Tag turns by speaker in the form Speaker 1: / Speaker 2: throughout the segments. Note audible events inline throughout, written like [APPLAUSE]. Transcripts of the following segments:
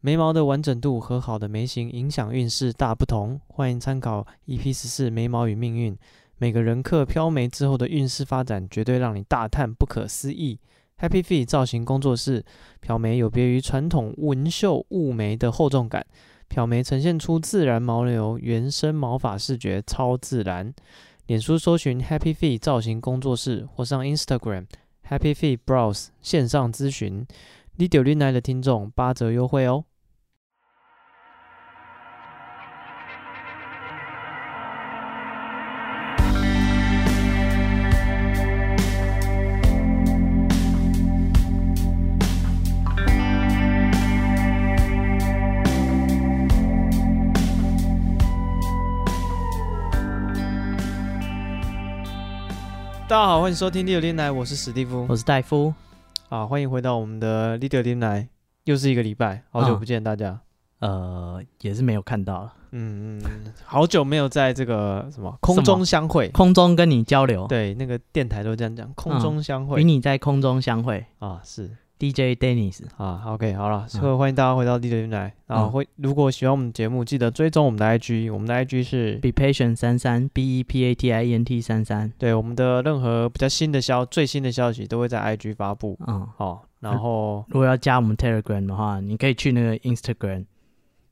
Speaker 1: 眉毛的完整度和好的眉形影响运势大不同。欢迎参考 EP 十四《眉毛与命运》。每个人客漂眉之后的运势发展，绝对让你大叹不可思议。Happy Fee 造型工作室漂眉有别于传统纹绣雾眉的厚重感，漂眉呈现出自然毛流、原生毛发视觉，超自然。脸书搜寻 Happy Fee 造型工作室，或上 Instagram Happy Fee Brows 线上咨询。你九零来的听众八折优惠哦！大家好，欢迎收听《第九天来》，我是史蒂夫，
Speaker 2: 我是戴夫，
Speaker 1: 啊，欢迎回到我们的 Leader 林来，又是一个礼拜，好
Speaker 2: 啊
Speaker 1: 久不见大家。
Speaker 2: 呃，也是没有看到了，
Speaker 1: 嗯嗯，好久没有在这个什么空中相会，
Speaker 2: 空中跟你交流，
Speaker 1: 对，那个电台都这样讲，空
Speaker 2: 嗯
Speaker 1: 中相
Speaker 2: 与
Speaker 1: 会、
Speaker 2: 你在空中相会
Speaker 1: 啊，是
Speaker 2: ，DJ Dennis，
Speaker 1: 啊，OK，好了，
Speaker 2: 嗯
Speaker 1: 所以欢迎大家回到 Leader 林来啊，
Speaker 2: 嗯
Speaker 1: 会如果喜欢我们的节目，记得追踪我们的 IG，我们的 IG 是。
Speaker 2: be patient 三三 B E P A T I E N T 三三，
Speaker 1: 对我们的任何比较新的消最新的消息都会在 IG 发布
Speaker 2: 嗯，
Speaker 1: 哦，然后
Speaker 2: 如果要加我们 Telegram 的话，你可以去那个 Instagram、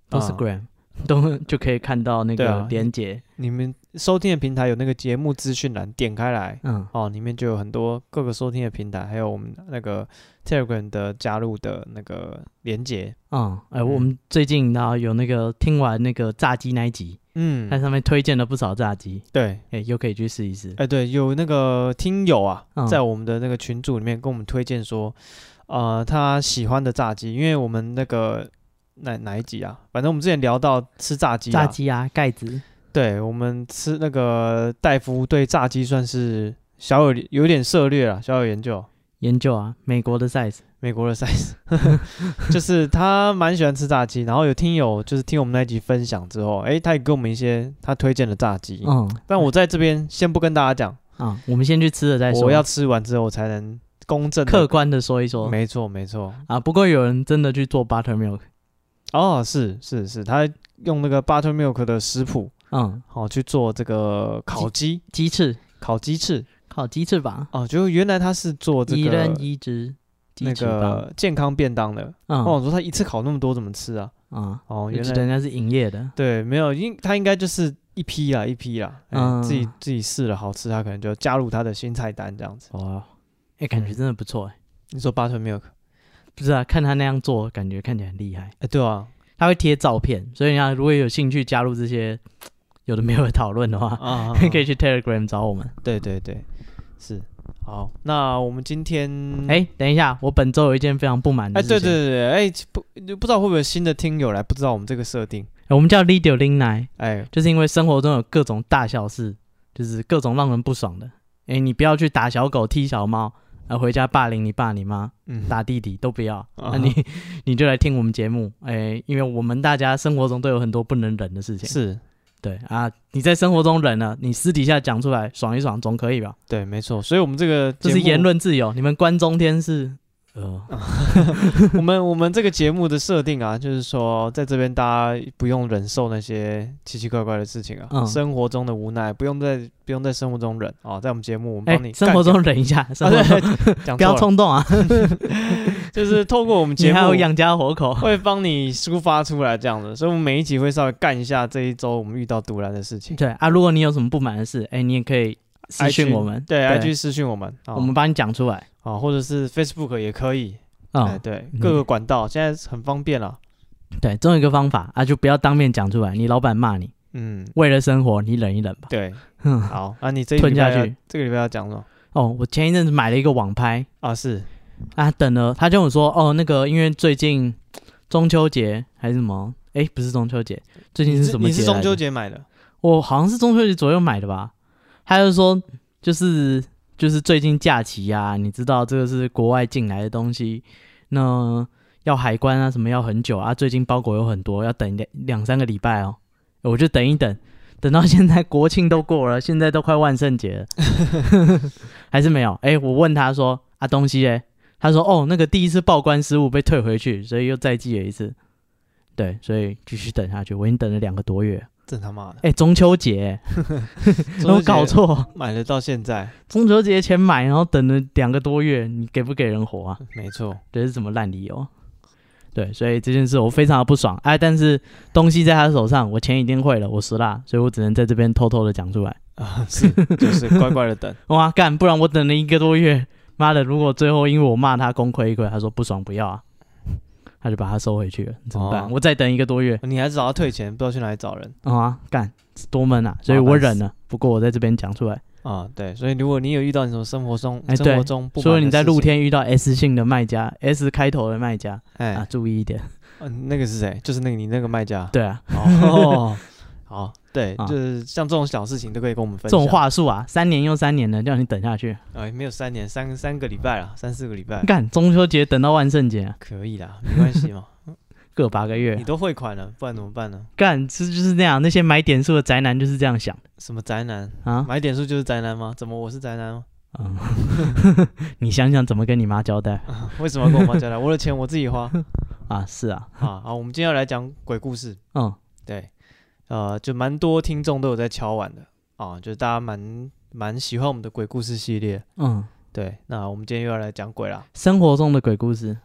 Speaker 2: 都是 Gram，、都 [LAUGHS] 就可以看到那
Speaker 1: 啊对
Speaker 2: 个
Speaker 1: 啊
Speaker 2: 连接，
Speaker 1: 你们收听的平台有那个节目资讯栏，点开来
Speaker 2: 嗯，
Speaker 1: 哦，里面就有很多各个收听的平台，还有我们那个 Telegram 的加入的那个连接。
Speaker 2: 嗯，哎、
Speaker 1: 嗯
Speaker 2: 我们最近然后有那个听完那个炸鸡那一集，
Speaker 1: 嗯
Speaker 2: 它，上面推荐了不少炸鸡，
Speaker 1: 对，
Speaker 2: 哎、又可以去试一试，
Speaker 1: 哎、对，有那个听友啊，
Speaker 2: 嗯
Speaker 1: 在我们的那个群组里面跟我们推荐说，呃，他喜欢的炸鸡，因为我们那个哪哪一集啊，反正我们之前聊到吃炸鸡、啊，
Speaker 2: 炸，鸡啊，盖子，
Speaker 1: 对我们吃那个戴夫对炸鸡算是小有有点涉略啊，小有研究。
Speaker 2: 研究啊，美国的 size，
Speaker 1: 美国的 size，就是他蛮喜欢吃炸鸡，然后有听友就是听我们那一集分享之后，诶，他也给我们一些他推荐的炸鸡，
Speaker 2: 嗯，
Speaker 1: 但我在这边先不跟大家讲，
Speaker 2: 啊、我们先去吃了再说。
Speaker 1: 我要吃完之后我才能公正地
Speaker 2: 客观的说一说
Speaker 1: 没错没错，
Speaker 2: 啊。不过有人真的去做 buttermilk，
Speaker 1: 哦，是是是，他用那个 buttermilk 的食谱，
Speaker 2: 嗯，
Speaker 1: 好、去做这个烤鸡
Speaker 2: 鸡翅，
Speaker 1: 烤鸡翅，
Speaker 2: 烤鸡翅膀，
Speaker 1: 哦，就原来他是做这
Speaker 2: 一人
Speaker 1: 个
Speaker 2: 一只鸡
Speaker 1: 那
Speaker 2: 翅膀，
Speaker 1: 个健康便当的，哦，我说他一次烤那么多怎么吃啊？
Speaker 2: 嗯啊，
Speaker 1: 哦，
Speaker 2: 就
Speaker 1: 原
Speaker 2: 是
Speaker 1: 来
Speaker 2: 人家是营业的，
Speaker 1: 对，没有，应他应该就是一批啦，一批啦，哎
Speaker 2: 嗯
Speaker 1: 自己自己试了好吃，他可能就加入他的新菜单这样子。
Speaker 2: 哇，哎，感觉真的不错哎。
Speaker 1: 你说 butter milk？
Speaker 2: 不是啊，看他那样做，感觉看起来很厉害。
Speaker 1: 哎，对啊，
Speaker 2: 他会贴照片，所以你要如果有兴趣加入这些有的没有的讨论的话，
Speaker 1: 啊，
Speaker 2: [LAUGHS] 可以去 Telegram 找我们。
Speaker 1: 对对对，是。好，那我们今天
Speaker 2: 哎，等一下，我本周有一件非常不满
Speaker 1: 嗯
Speaker 2: 的
Speaker 1: 哎，
Speaker 2: 事情。
Speaker 1: 对对对对，哎，不不知道会不会有新的听友来，不知道我们这个设定，
Speaker 2: 哎，我们叫 Lidio Lin 来，
Speaker 1: 哎，
Speaker 2: 就是因为生活中有各种大小事，就是各种让人不爽的。哎，你不要去打小狗、踢小猫，啊，回家霸凌你爸、你妈、
Speaker 1: 嗯，
Speaker 2: 打弟弟都不要。那、
Speaker 1: 啊哈
Speaker 2: 你你就来听我们节目，哎，因为我们大家生活中都有很多不能忍的事情。
Speaker 1: 是
Speaker 2: 对啊，你在生活中忍了，你私底下讲出来爽一爽，总可以吧？
Speaker 1: 对，没错，所以我们这个
Speaker 2: 这
Speaker 1: 节
Speaker 2: 是
Speaker 1: 目嗯
Speaker 2: 言，论自由，你们关中天是呃，
Speaker 1: [LAUGHS] 我们我们这个节目的设定啊，就是说在这边大家不用忍受那些奇奇怪怪的事情啊，
Speaker 2: 嗯
Speaker 1: 生活中的无奈，不用在不用在生活中忍啊，在我们节目我们
Speaker 2: 哎、
Speaker 1: 帮你
Speaker 2: 生活
Speaker 1: 干
Speaker 2: 中忍一下，生
Speaker 1: 掉 [LAUGHS]
Speaker 2: 活
Speaker 1: 啊
Speaker 2: 中、
Speaker 1: 对讲
Speaker 2: [LAUGHS] 不要
Speaker 1: 错了，
Speaker 2: 冲动啊，
Speaker 1: 就是透过我们
Speaker 2: 你
Speaker 1: 节
Speaker 2: 还
Speaker 1: 目
Speaker 2: 有养家活口。
Speaker 1: 会帮你抒发出来这样子，所以我们每一集会稍微干一下这一周我们遇到独蓝的事情，
Speaker 2: 对啊，如果你有什么不满的事，哎、你也可以私
Speaker 1: IG
Speaker 2: 讯我们，
Speaker 1: 对，IG 私讯我们，啊
Speaker 2: 我们帮你讲出来。
Speaker 1: 啊，或者是 Facebook 也可以，哎，
Speaker 2: 嗯，
Speaker 1: 对，
Speaker 2: 嗯
Speaker 1: 各个管道现在很方便啊了。
Speaker 2: 对，总有一个方法啊，就不要当面讲出来。你老板骂你，
Speaker 1: 嗯，
Speaker 2: 为了生活，你忍一忍吧。
Speaker 1: 对，
Speaker 2: 哼，
Speaker 1: 好，啊那你这一
Speaker 2: 吞
Speaker 1: 礼拜
Speaker 2: 下
Speaker 1: 要
Speaker 2: 去
Speaker 1: 这个礼拜要讲什么
Speaker 2: 哦，我前一阵子买了一个网拍
Speaker 1: 啊？是，
Speaker 2: 啊，等了，他就跟我说，哦，那个因为最近中秋节还是什么，哎，不是中秋节，最近
Speaker 1: 你
Speaker 2: 是什么
Speaker 1: 你
Speaker 2: 节？
Speaker 1: 是中秋，节买的？
Speaker 2: 我好像是中秋节左右买的吧。他就说，就是就是最近假期啊，你知道这个是国外进来的东西，那要海关啊什么要很久啊，最近包裹有很多，要等两两三个礼拜哦。我就等一等，等到现在国庆都过了，现在都快万圣节了， [LAUGHS] 还是没有。哎、我问他说啊东西嘞，他说哦那个第一次报关失误被退回去，所以又再寄了一次。对，所以继续等下去，我已经等了两个多月。
Speaker 1: 真他妈的，
Speaker 2: 哎，中秋节，
Speaker 1: 中
Speaker 2: 有没
Speaker 1: 秋
Speaker 2: 有
Speaker 1: 节
Speaker 2: [LAUGHS] 搞错？
Speaker 1: 买了到现在，
Speaker 2: 中秋节前买，然后等了两个多月，你给不给人活啊？
Speaker 1: 没错，
Speaker 2: 这是什么烂理由？对，所以这件事我非常的不爽。哎，但是东西在他手上，我钱已经汇了，我实啦，所以我只能在这边偷偷的讲出来。
Speaker 1: 啊， [LAUGHS] 是
Speaker 2: [LAUGHS]
Speaker 1: 就是乖乖的等，
Speaker 2: 哇，干，不然我等了一个多月，妈的！如果最后因为我骂他功亏一篑，他说不爽不要啊，他就把它收回去了，怎么办？
Speaker 1: 哦
Speaker 2: 我再等一个多月，
Speaker 1: 你还找他退钱，不知道去哪里找人
Speaker 2: 啊、干，多闷啊！所以我忍了。不过我在这边讲出来，
Speaker 1: 啊？对，所以如果你有遇到你什么生活中
Speaker 2: 哎
Speaker 1: 生活
Speaker 2: 对
Speaker 1: 中不满的
Speaker 2: 所以你在
Speaker 1: 事情
Speaker 2: 露，天遇到 S 姓的卖家，S 开头的卖家啊，
Speaker 1: 哎，
Speaker 2: 注意
Speaker 1: [LAUGHS]
Speaker 2: 一点。
Speaker 1: 嗯那个是谁？就是那个你那个卖家，
Speaker 2: 对啊， [LAUGHS]
Speaker 1: 哦，好，对，
Speaker 2: 啊
Speaker 1: 就是像这种小事情都可以跟我们分
Speaker 2: 这
Speaker 1: 享。
Speaker 2: 种话术啊，三年又三年的，叫你等下去。
Speaker 1: 哎，没有三年，三三个礼拜了，三四个礼拜
Speaker 2: 干，中秋节等到万圣节、啊，
Speaker 1: 可以啦，没关系
Speaker 2: [LAUGHS]
Speaker 1: 嘛。
Speaker 2: 各八个
Speaker 1: 你
Speaker 2: 月。
Speaker 1: 都汇款了，不然怎么办呢？
Speaker 2: 干，这就是那样，那些买点数的宅男就是这样想
Speaker 1: 什么宅男？
Speaker 2: 啊。
Speaker 1: 买点数就是宅男吗？怎么我是宅男吗？
Speaker 2: 嗯， [LAUGHS] 你想想怎么跟你妈交代
Speaker 1: [LAUGHS] 为什么要跟我妈交代？我的钱我自己花
Speaker 2: 啊？是啊，
Speaker 1: 啊！好，我们今天要来讲鬼故事。
Speaker 2: 嗯，
Speaker 1: 对，呃，就蛮多听众都有在敲碗的啊，就是大家蛮蛮喜欢我们的鬼故事系列。
Speaker 2: 嗯，
Speaker 1: 对，那我们今天又要来讲鬼啦，
Speaker 2: 生活中的鬼故事，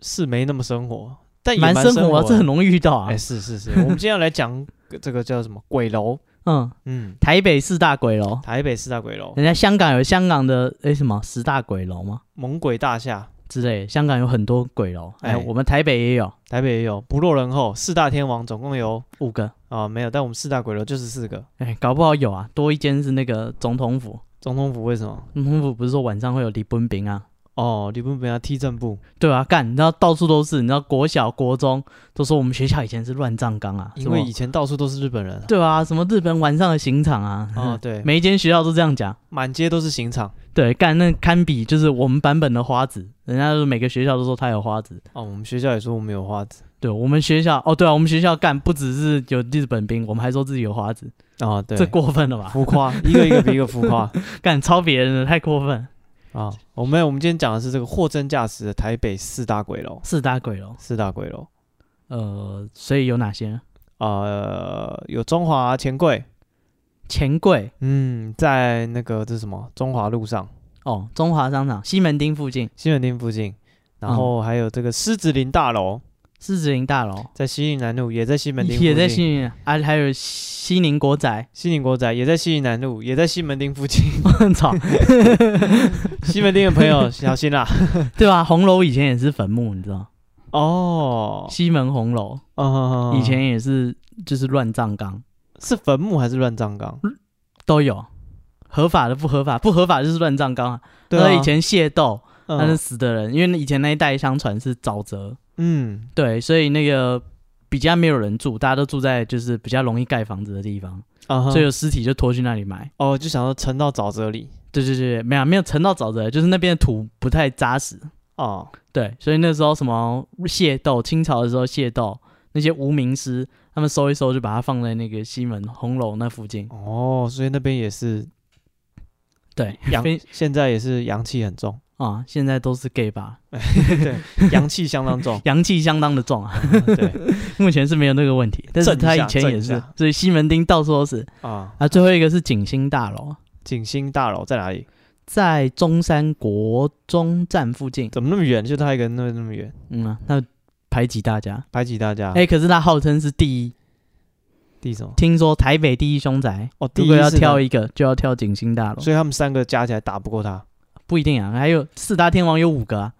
Speaker 1: 是没那么生活，但也
Speaker 2: 蛮
Speaker 1: 生
Speaker 2: 活啊，
Speaker 1: 的
Speaker 2: 这很容易遇到啊
Speaker 1: 哎、。是是 [LAUGHS] 是，我们今天要来讲这个叫什么鬼楼？
Speaker 2: 嗯，
Speaker 1: 嗯，
Speaker 2: 台北四大鬼楼，
Speaker 1: 台北四大鬼楼，
Speaker 2: 人家香港有香港的诶什么十大鬼楼吗？
Speaker 1: 猛鬼大厦，
Speaker 2: 之类的，香港有很多鬼楼，哎，
Speaker 1: 哎
Speaker 2: 我们台北也有
Speaker 1: 台北也有，不落人后，四大天王总共有
Speaker 2: 五个，
Speaker 1: 啊、没有，但我们四大鬼楼就是四个。
Speaker 2: 哎，搞不好有啊，多一间是那个总统府，
Speaker 1: 总统府为什么？
Speaker 2: 总统府不是说晚上会有李奔兵啊？
Speaker 1: 哦，李本本要踢正部，
Speaker 2: 对啊，干，你知道到处都是，你知道国小、国中都说我们学校以前是乱葬岗啊，
Speaker 1: 因
Speaker 2: 什么
Speaker 1: 为以前到处都是日本人啊。
Speaker 2: 对啊，什么日本晚上的刑场啊，
Speaker 1: 哦，对，
Speaker 2: [LAUGHS] 每一间学校都这样讲。
Speaker 1: 满街都是刑场。
Speaker 2: 对，干那堪比就是我们版本的花子，人家说每个学校都说他有花子。
Speaker 1: 哦，我们学校也说我们有花子。
Speaker 2: 对我们学校，哦，对啊，我们学校干不只是有日本兵，我们还说自己有花子，
Speaker 1: 哦，对
Speaker 2: 这，过分了吧？ [LAUGHS]
Speaker 1: 浮 [LAUGHS] 夸，一个一个比一个浮 [LAUGHS] 夸
Speaker 2: 干抄别人的太过分。
Speaker 1: 啊！我们我们今天讲的是这个货真价实的台北四大鬼楼，
Speaker 2: 四大鬼楼，
Speaker 1: 四大鬼楼。
Speaker 2: 呃，所以有哪些？
Speaker 1: 呃，有中华钱柜，
Speaker 2: 钱柜
Speaker 1: 嗯，在那个这是什么中华路上
Speaker 2: 哦，中华商场西门町附近，
Speaker 1: 西门町附近，然
Speaker 2: 嗯
Speaker 1: 后还有这个狮子林大楼，
Speaker 2: 狮子林大楼
Speaker 1: 在西营南路，也在西门町附近，
Speaker 2: 也在西宁啊，还有西宁国宅， [LAUGHS]
Speaker 1: 西宁国宅，也在西营南路，也在西门町附近。 [LAUGHS]
Speaker 2: 操，
Speaker 1: 西门町的朋友小心 [LAUGHS] 啦！
Speaker 2: 对吧、红楼以前也是坟墓，你知道？
Speaker 1: 哦，
Speaker 2: 西门红楼
Speaker 1: 哦
Speaker 2: 以前也是就是乱葬岗。
Speaker 1: 是坟墓还是乱葬岗？
Speaker 2: 都有，合法的不合法，不合法就是乱葬岗啊。
Speaker 1: 对
Speaker 2: 那
Speaker 1: 啊，
Speaker 2: 以前械斗，
Speaker 1: 嗯
Speaker 2: 但是死的人，因为以前那一带相传是沼泽，
Speaker 1: 嗯
Speaker 2: 对，所以那个比较没有人住，大家都住在就是比较容易盖房子的地方，
Speaker 1: 啊哈，
Speaker 2: 所以有尸体就拖去那里埋。
Speaker 1: 哦就想要沉到沼泽里
Speaker 2: 对对对，对没有没有沉到沼泽，就是那边的土不太扎实。
Speaker 1: 哦，
Speaker 2: 对，所以那时候什么械斗，清朝的时候械斗，那些无名尸，他们收一收就把它放在那个西门红楼那附近。
Speaker 1: 哦，所以那边也是
Speaker 2: 对，
Speaker 1: 阳
Speaker 2: 非，
Speaker 1: [LAUGHS] 现在也是阳气很 [LAUGHS] 重，
Speaker 2: 啊，现在都是 gay 吧，，
Speaker 1: 对，阳气相当重
Speaker 2: 阳气相当的重啊。
Speaker 1: [LAUGHS] 对。
Speaker 2: 目前是没有那个问题，但是
Speaker 1: 震一下
Speaker 2: 他以前也
Speaker 1: 震一
Speaker 2: 是
Speaker 1: 下，
Speaker 2: 所以西门町到处都是
Speaker 1: 啊，
Speaker 2: 啊。最后一个是景星大楼，
Speaker 1: 景星大楼在哪里？
Speaker 2: 在中山国中站附近，
Speaker 1: 怎么那么远？就他一个人那么那么远，
Speaker 2: 嗯啊，他排挤大家。
Speaker 1: 排挤大家。
Speaker 2: 哎、可是他号称是第一，
Speaker 1: 第什么？
Speaker 2: 听说台北第一凶宅，
Speaker 1: 哦，第一
Speaker 2: 如果要
Speaker 1: 是呢
Speaker 2: 挑一个，就要挑景星大楼，
Speaker 1: 所以他们三个加起来打不过他。
Speaker 2: 不一定啊。还有四大天王有五个、啊，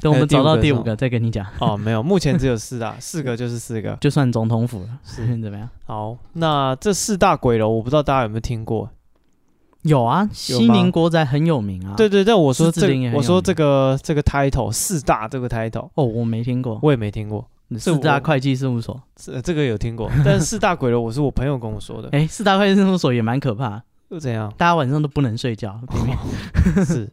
Speaker 2: 等我们找
Speaker 1: 哎
Speaker 2: 到
Speaker 1: 还有第
Speaker 2: 第
Speaker 1: 五个
Speaker 2: 五个再跟你讲，
Speaker 1: 哦，没有，目前只有四大，四个就是四个。
Speaker 2: 就算总统府了，
Speaker 1: 是
Speaker 2: 怎么样？
Speaker 1: 好，那这四大鬼楼，我不知道大家有没有听过？
Speaker 2: 有啊，西宁国宅很有名啊。
Speaker 1: 对对，但我说
Speaker 2: 狮子林
Speaker 1: 这，
Speaker 2: 也很
Speaker 1: 我
Speaker 2: 有
Speaker 1: 说
Speaker 2: 名
Speaker 1: 这个这个 title 四大这个 title，
Speaker 2: 哦，我没听过，
Speaker 1: 我也没听过。
Speaker 2: 四大
Speaker 1: 我
Speaker 2: 会计事务所。
Speaker 1: 这这个有听
Speaker 2: [LAUGHS]
Speaker 1: 过，但是四大鬼楼我是我朋友跟我说的。
Speaker 2: 哎、四大会计事务所也蛮可怕的，
Speaker 1: 又怎样？ [LAUGHS]
Speaker 2: 大家晚上都不能睡觉。
Speaker 1: 是，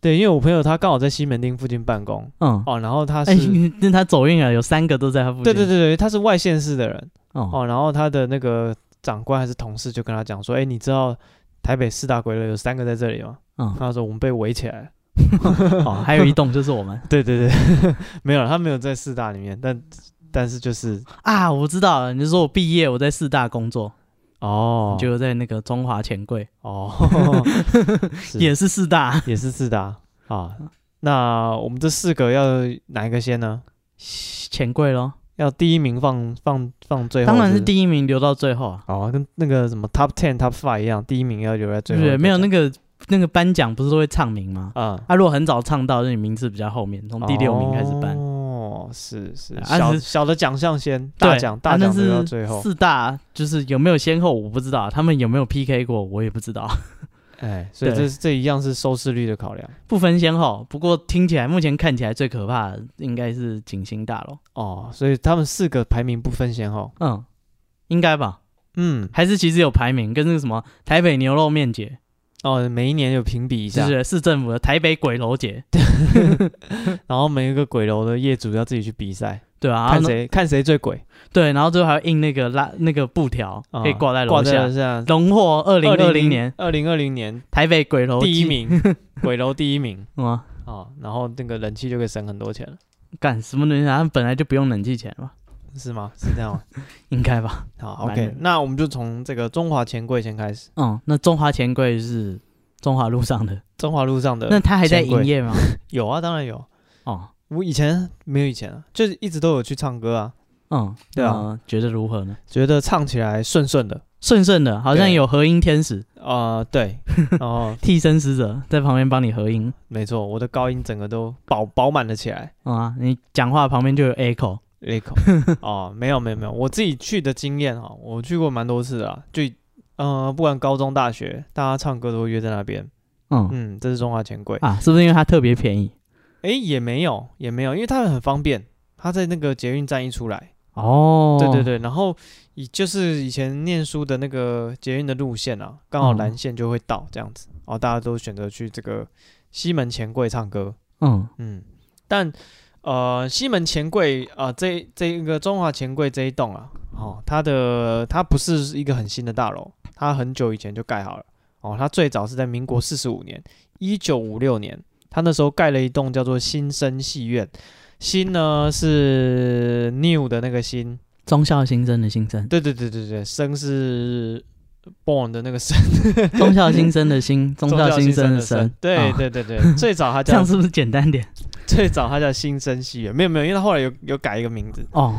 Speaker 1: 对，因为我朋友他刚好在西门町附近办公
Speaker 2: 嗯，
Speaker 1: 哦，然后他是
Speaker 2: 哎、，那他走运了，有三个都在他附近。
Speaker 1: 对对对，对，他是外县市的人，
Speaker 2: 哦，
Speaker 1: 哦，然后他的那个长官还是同事就跟他讲说，哎，你知道台北四大鬼楼有三个在这里吗？
Speaker 2: 嗯，
Speaker 1: 他说我们被围起来
Speaker 2: [LAUGHS]
Speaker 1: 了。
Speaker 2: 哦
Speaker 1: [LAUGHS]
Speaker 2: 哦，还有一栋就是我们。
Speaker 1: 对对对，没有了，他没有在四大里面，但但是就是
Speaker 2: 啊，我知道了，你就说我毕业我在四大工作，
Speaker 1: 哦，
Speaker 2: 就在那个中华钱柜，
Speaker 1: 哦，是
Speaker 2: 也是四大，
Speaker 1: [LAUGHS] 也是自打啊。那我们这四个要哪一个先呢？
Speaker 2: 钱柜咯。
Speaker 1: 要第一名放放放最后？
Speaker 2: 当然是
Speaker 1: 一。
Speaker 2: 第一名留到最后啊，
Speaker 1: 哦，跟那个什么 top ten、top five 一样，第一名要留在最
Speaker 2: 对
Speaker 1: 后
Speaker 2: 不
Speaker 1: 再
Speaker 2: 对？
Speaker 1: 讲。
Speaker 2: 没有那个那个颁奖不是都会唱名吗？
Speaker 1: 啊，
Speaker 2: 啊，如果很早唱到，那你名次比较后面，从第六名开始颁。
Speaker 1: 哦，是是，
Speaker 2: 啊
Speaker 1: 小
Speaker 2: 是
Speaker 1: 小的奖项先，
Speaker 2: 对
Speaker 1: 大奖大
Speaker 2: 啊
Speaker 1: 奖
Speaker 2: 但
Speaker 1: 留到
Speaker 2: 是
Speaker 1: 最后。
Speaker 2: 四大就是有没有先后我不知道，他们有没有 PK 过我也不知道， [LAUGHS]
Speaker 1: 哎，所以
Speaker 2: 对
Speaker 1: 这这一样是收视率的考量。
Speaker 2: 不分先后。不过听起来目前看起来最可怕的应该是景星大楼，
Speaker 1: 哦，所以他们四个排名不分先后。
Speaker 2: 嗯，应该吧？
Speaker 1: 嗯，
Speaker 2: 还是其实有排名，跟那个什么台北牛肉面节，
Speaker 1: 哦，每一年有评比一
Speaker 2: 就
Speaker 1: 下，
Speaker 2: 是市政府的台北鬼楼节，
Speaker 1: [LAUGHS] 然后每一个鬼楼的业主要自己去比赛，
Speaker 2: 对啊，然
Speaker 1: 看
Speaker 2: 后
Speaker 1: 谁看谁最鬼，
Speaker 2: 对，然后最后还要印那个拉那个布条，
Speaker 1: 啊
Speaker 2: 可以挂在哎楼
Speaker 1: 挂在
Speaker 2: 下
Speaker 1: 楼。下。
Speaker 2: 荣获二零二零年
Speaker 1: 二零二零年
Speaker 2: 台北鬼楼
Speaker 1: 第一
Speaker 2: 季，
Speaker 1: 名，
Speaker 2: [LAUGHS]
Speaker 1: 鬼楼第一名
Speaker 2: 哇，
Speaker 1: 啊、哦，然后那个人气就可以省很多钱了，
Speaker 2: 干什么东西啊？他们本来就不用冷气钱吧？
Speaker 1: 是吗？是这样
Speaker 2: [LAUGHS]
Speaker 1: 吗？
Speaker 2: 应该吧？
Speaker 1: 好
Speaker 2: 蛮
Speaker 1: ，OK，
Speaker 2: 人
Speaker 1: 那我们就从这个中华钱柜先开始，
Speaker 2: 嗯，那中华钱柜是中华路上的，
Speaker 1: 中华路上的
Speaker 2: 那他还在
Speaker 1: 钱柜
Speaker 2: 营业吗？
Speaker 1: 有啊，当然有。
Speaker 2: 哦，
Speaker 1: 我以前没有以前啊，就是一直都有去唱歌啊，
Speaker 2: 嗯，
Speaker 1: 对啊
Speaker 2: 那觉得如何呢？
Speaker 1: 觉得唱起来顺顺的。
Speaker 2: 顺顺的，好像
Speaker 1: 对
Speaker 2: 有合音天使
Speaker 1: 啊，
Speaker 2: [LAUGHS]
Speaker 1: 对，哦，
Speaker 2: 替身使者在旁边帮你合音。
Speaker 1: 没错，我的高音整个都饱饱满了起来。
Speaker 2: 嗯啊，你讲话旁边就有 echo，
Speaker 1: 裂
Speaker 2: [LAUGHS]
Speaker 1: 口哦，没有没有没有，我自己去的经验啊，我去过蛮多次的啊，就呃，不管高中大学，大家唱歌都会约在那边。
Speaker 2: 嗯
Speaker 1: 嗯，这是中华钱柜。
Speaker 2: 啊，是不是因为它特别便宜？
Speaker 1: 诶，也没有也没有，因为它很方便，它在那个捷运站一出来，
Speaker 2: 哦，
Speaker 1: 对对，对，然后以就是以前念书的那个捷运的路线啊，刚好蓝
Speaker 2: 嗯
Speaker 1: 线就会到这样子，然后大家都选择去这个西门钱柜唱歌，
Speaker 2: 嗯
Speaker 1: 嗯，但呃西门钱柜啊、呃这这一个中华钱柜这一栋啊，哦，它的它不是一个很新的大楼，它很久以前就盖好了，哦，它最早是在民国四十五年，一九五六年，它那时候盖了一栋叫做新生戏院。新呢是 new 的那个新，
Speaker 2: 忠孝新生的新 [LAUGHS] 生，
Speaker 1: 对对对对对，生是 born 的那个生，
Speaker 2: 忠孝新生的新，忠
Speaker 1: 宗
Speaker 2: 孝
Speaker 1: 教
Speaker 2: 新
Speaker 1: 生
Speaker 2: 生的
Speaker 1: 生
Speaker 2: 生，。
Speaker 1: 对
Speaker 2: 啊
Speaker 1: 对对对，
Speaker 2: [LAUGHS]
Speaker 1: 最早他
Speaker 2: 这
Speaker 1: 叫
Speaker 2: 样是不是简单点？
Speaker 1: 最早他叫新生戏院，没有没有，因为他后来有有改一个名字
Speaker 2: 哦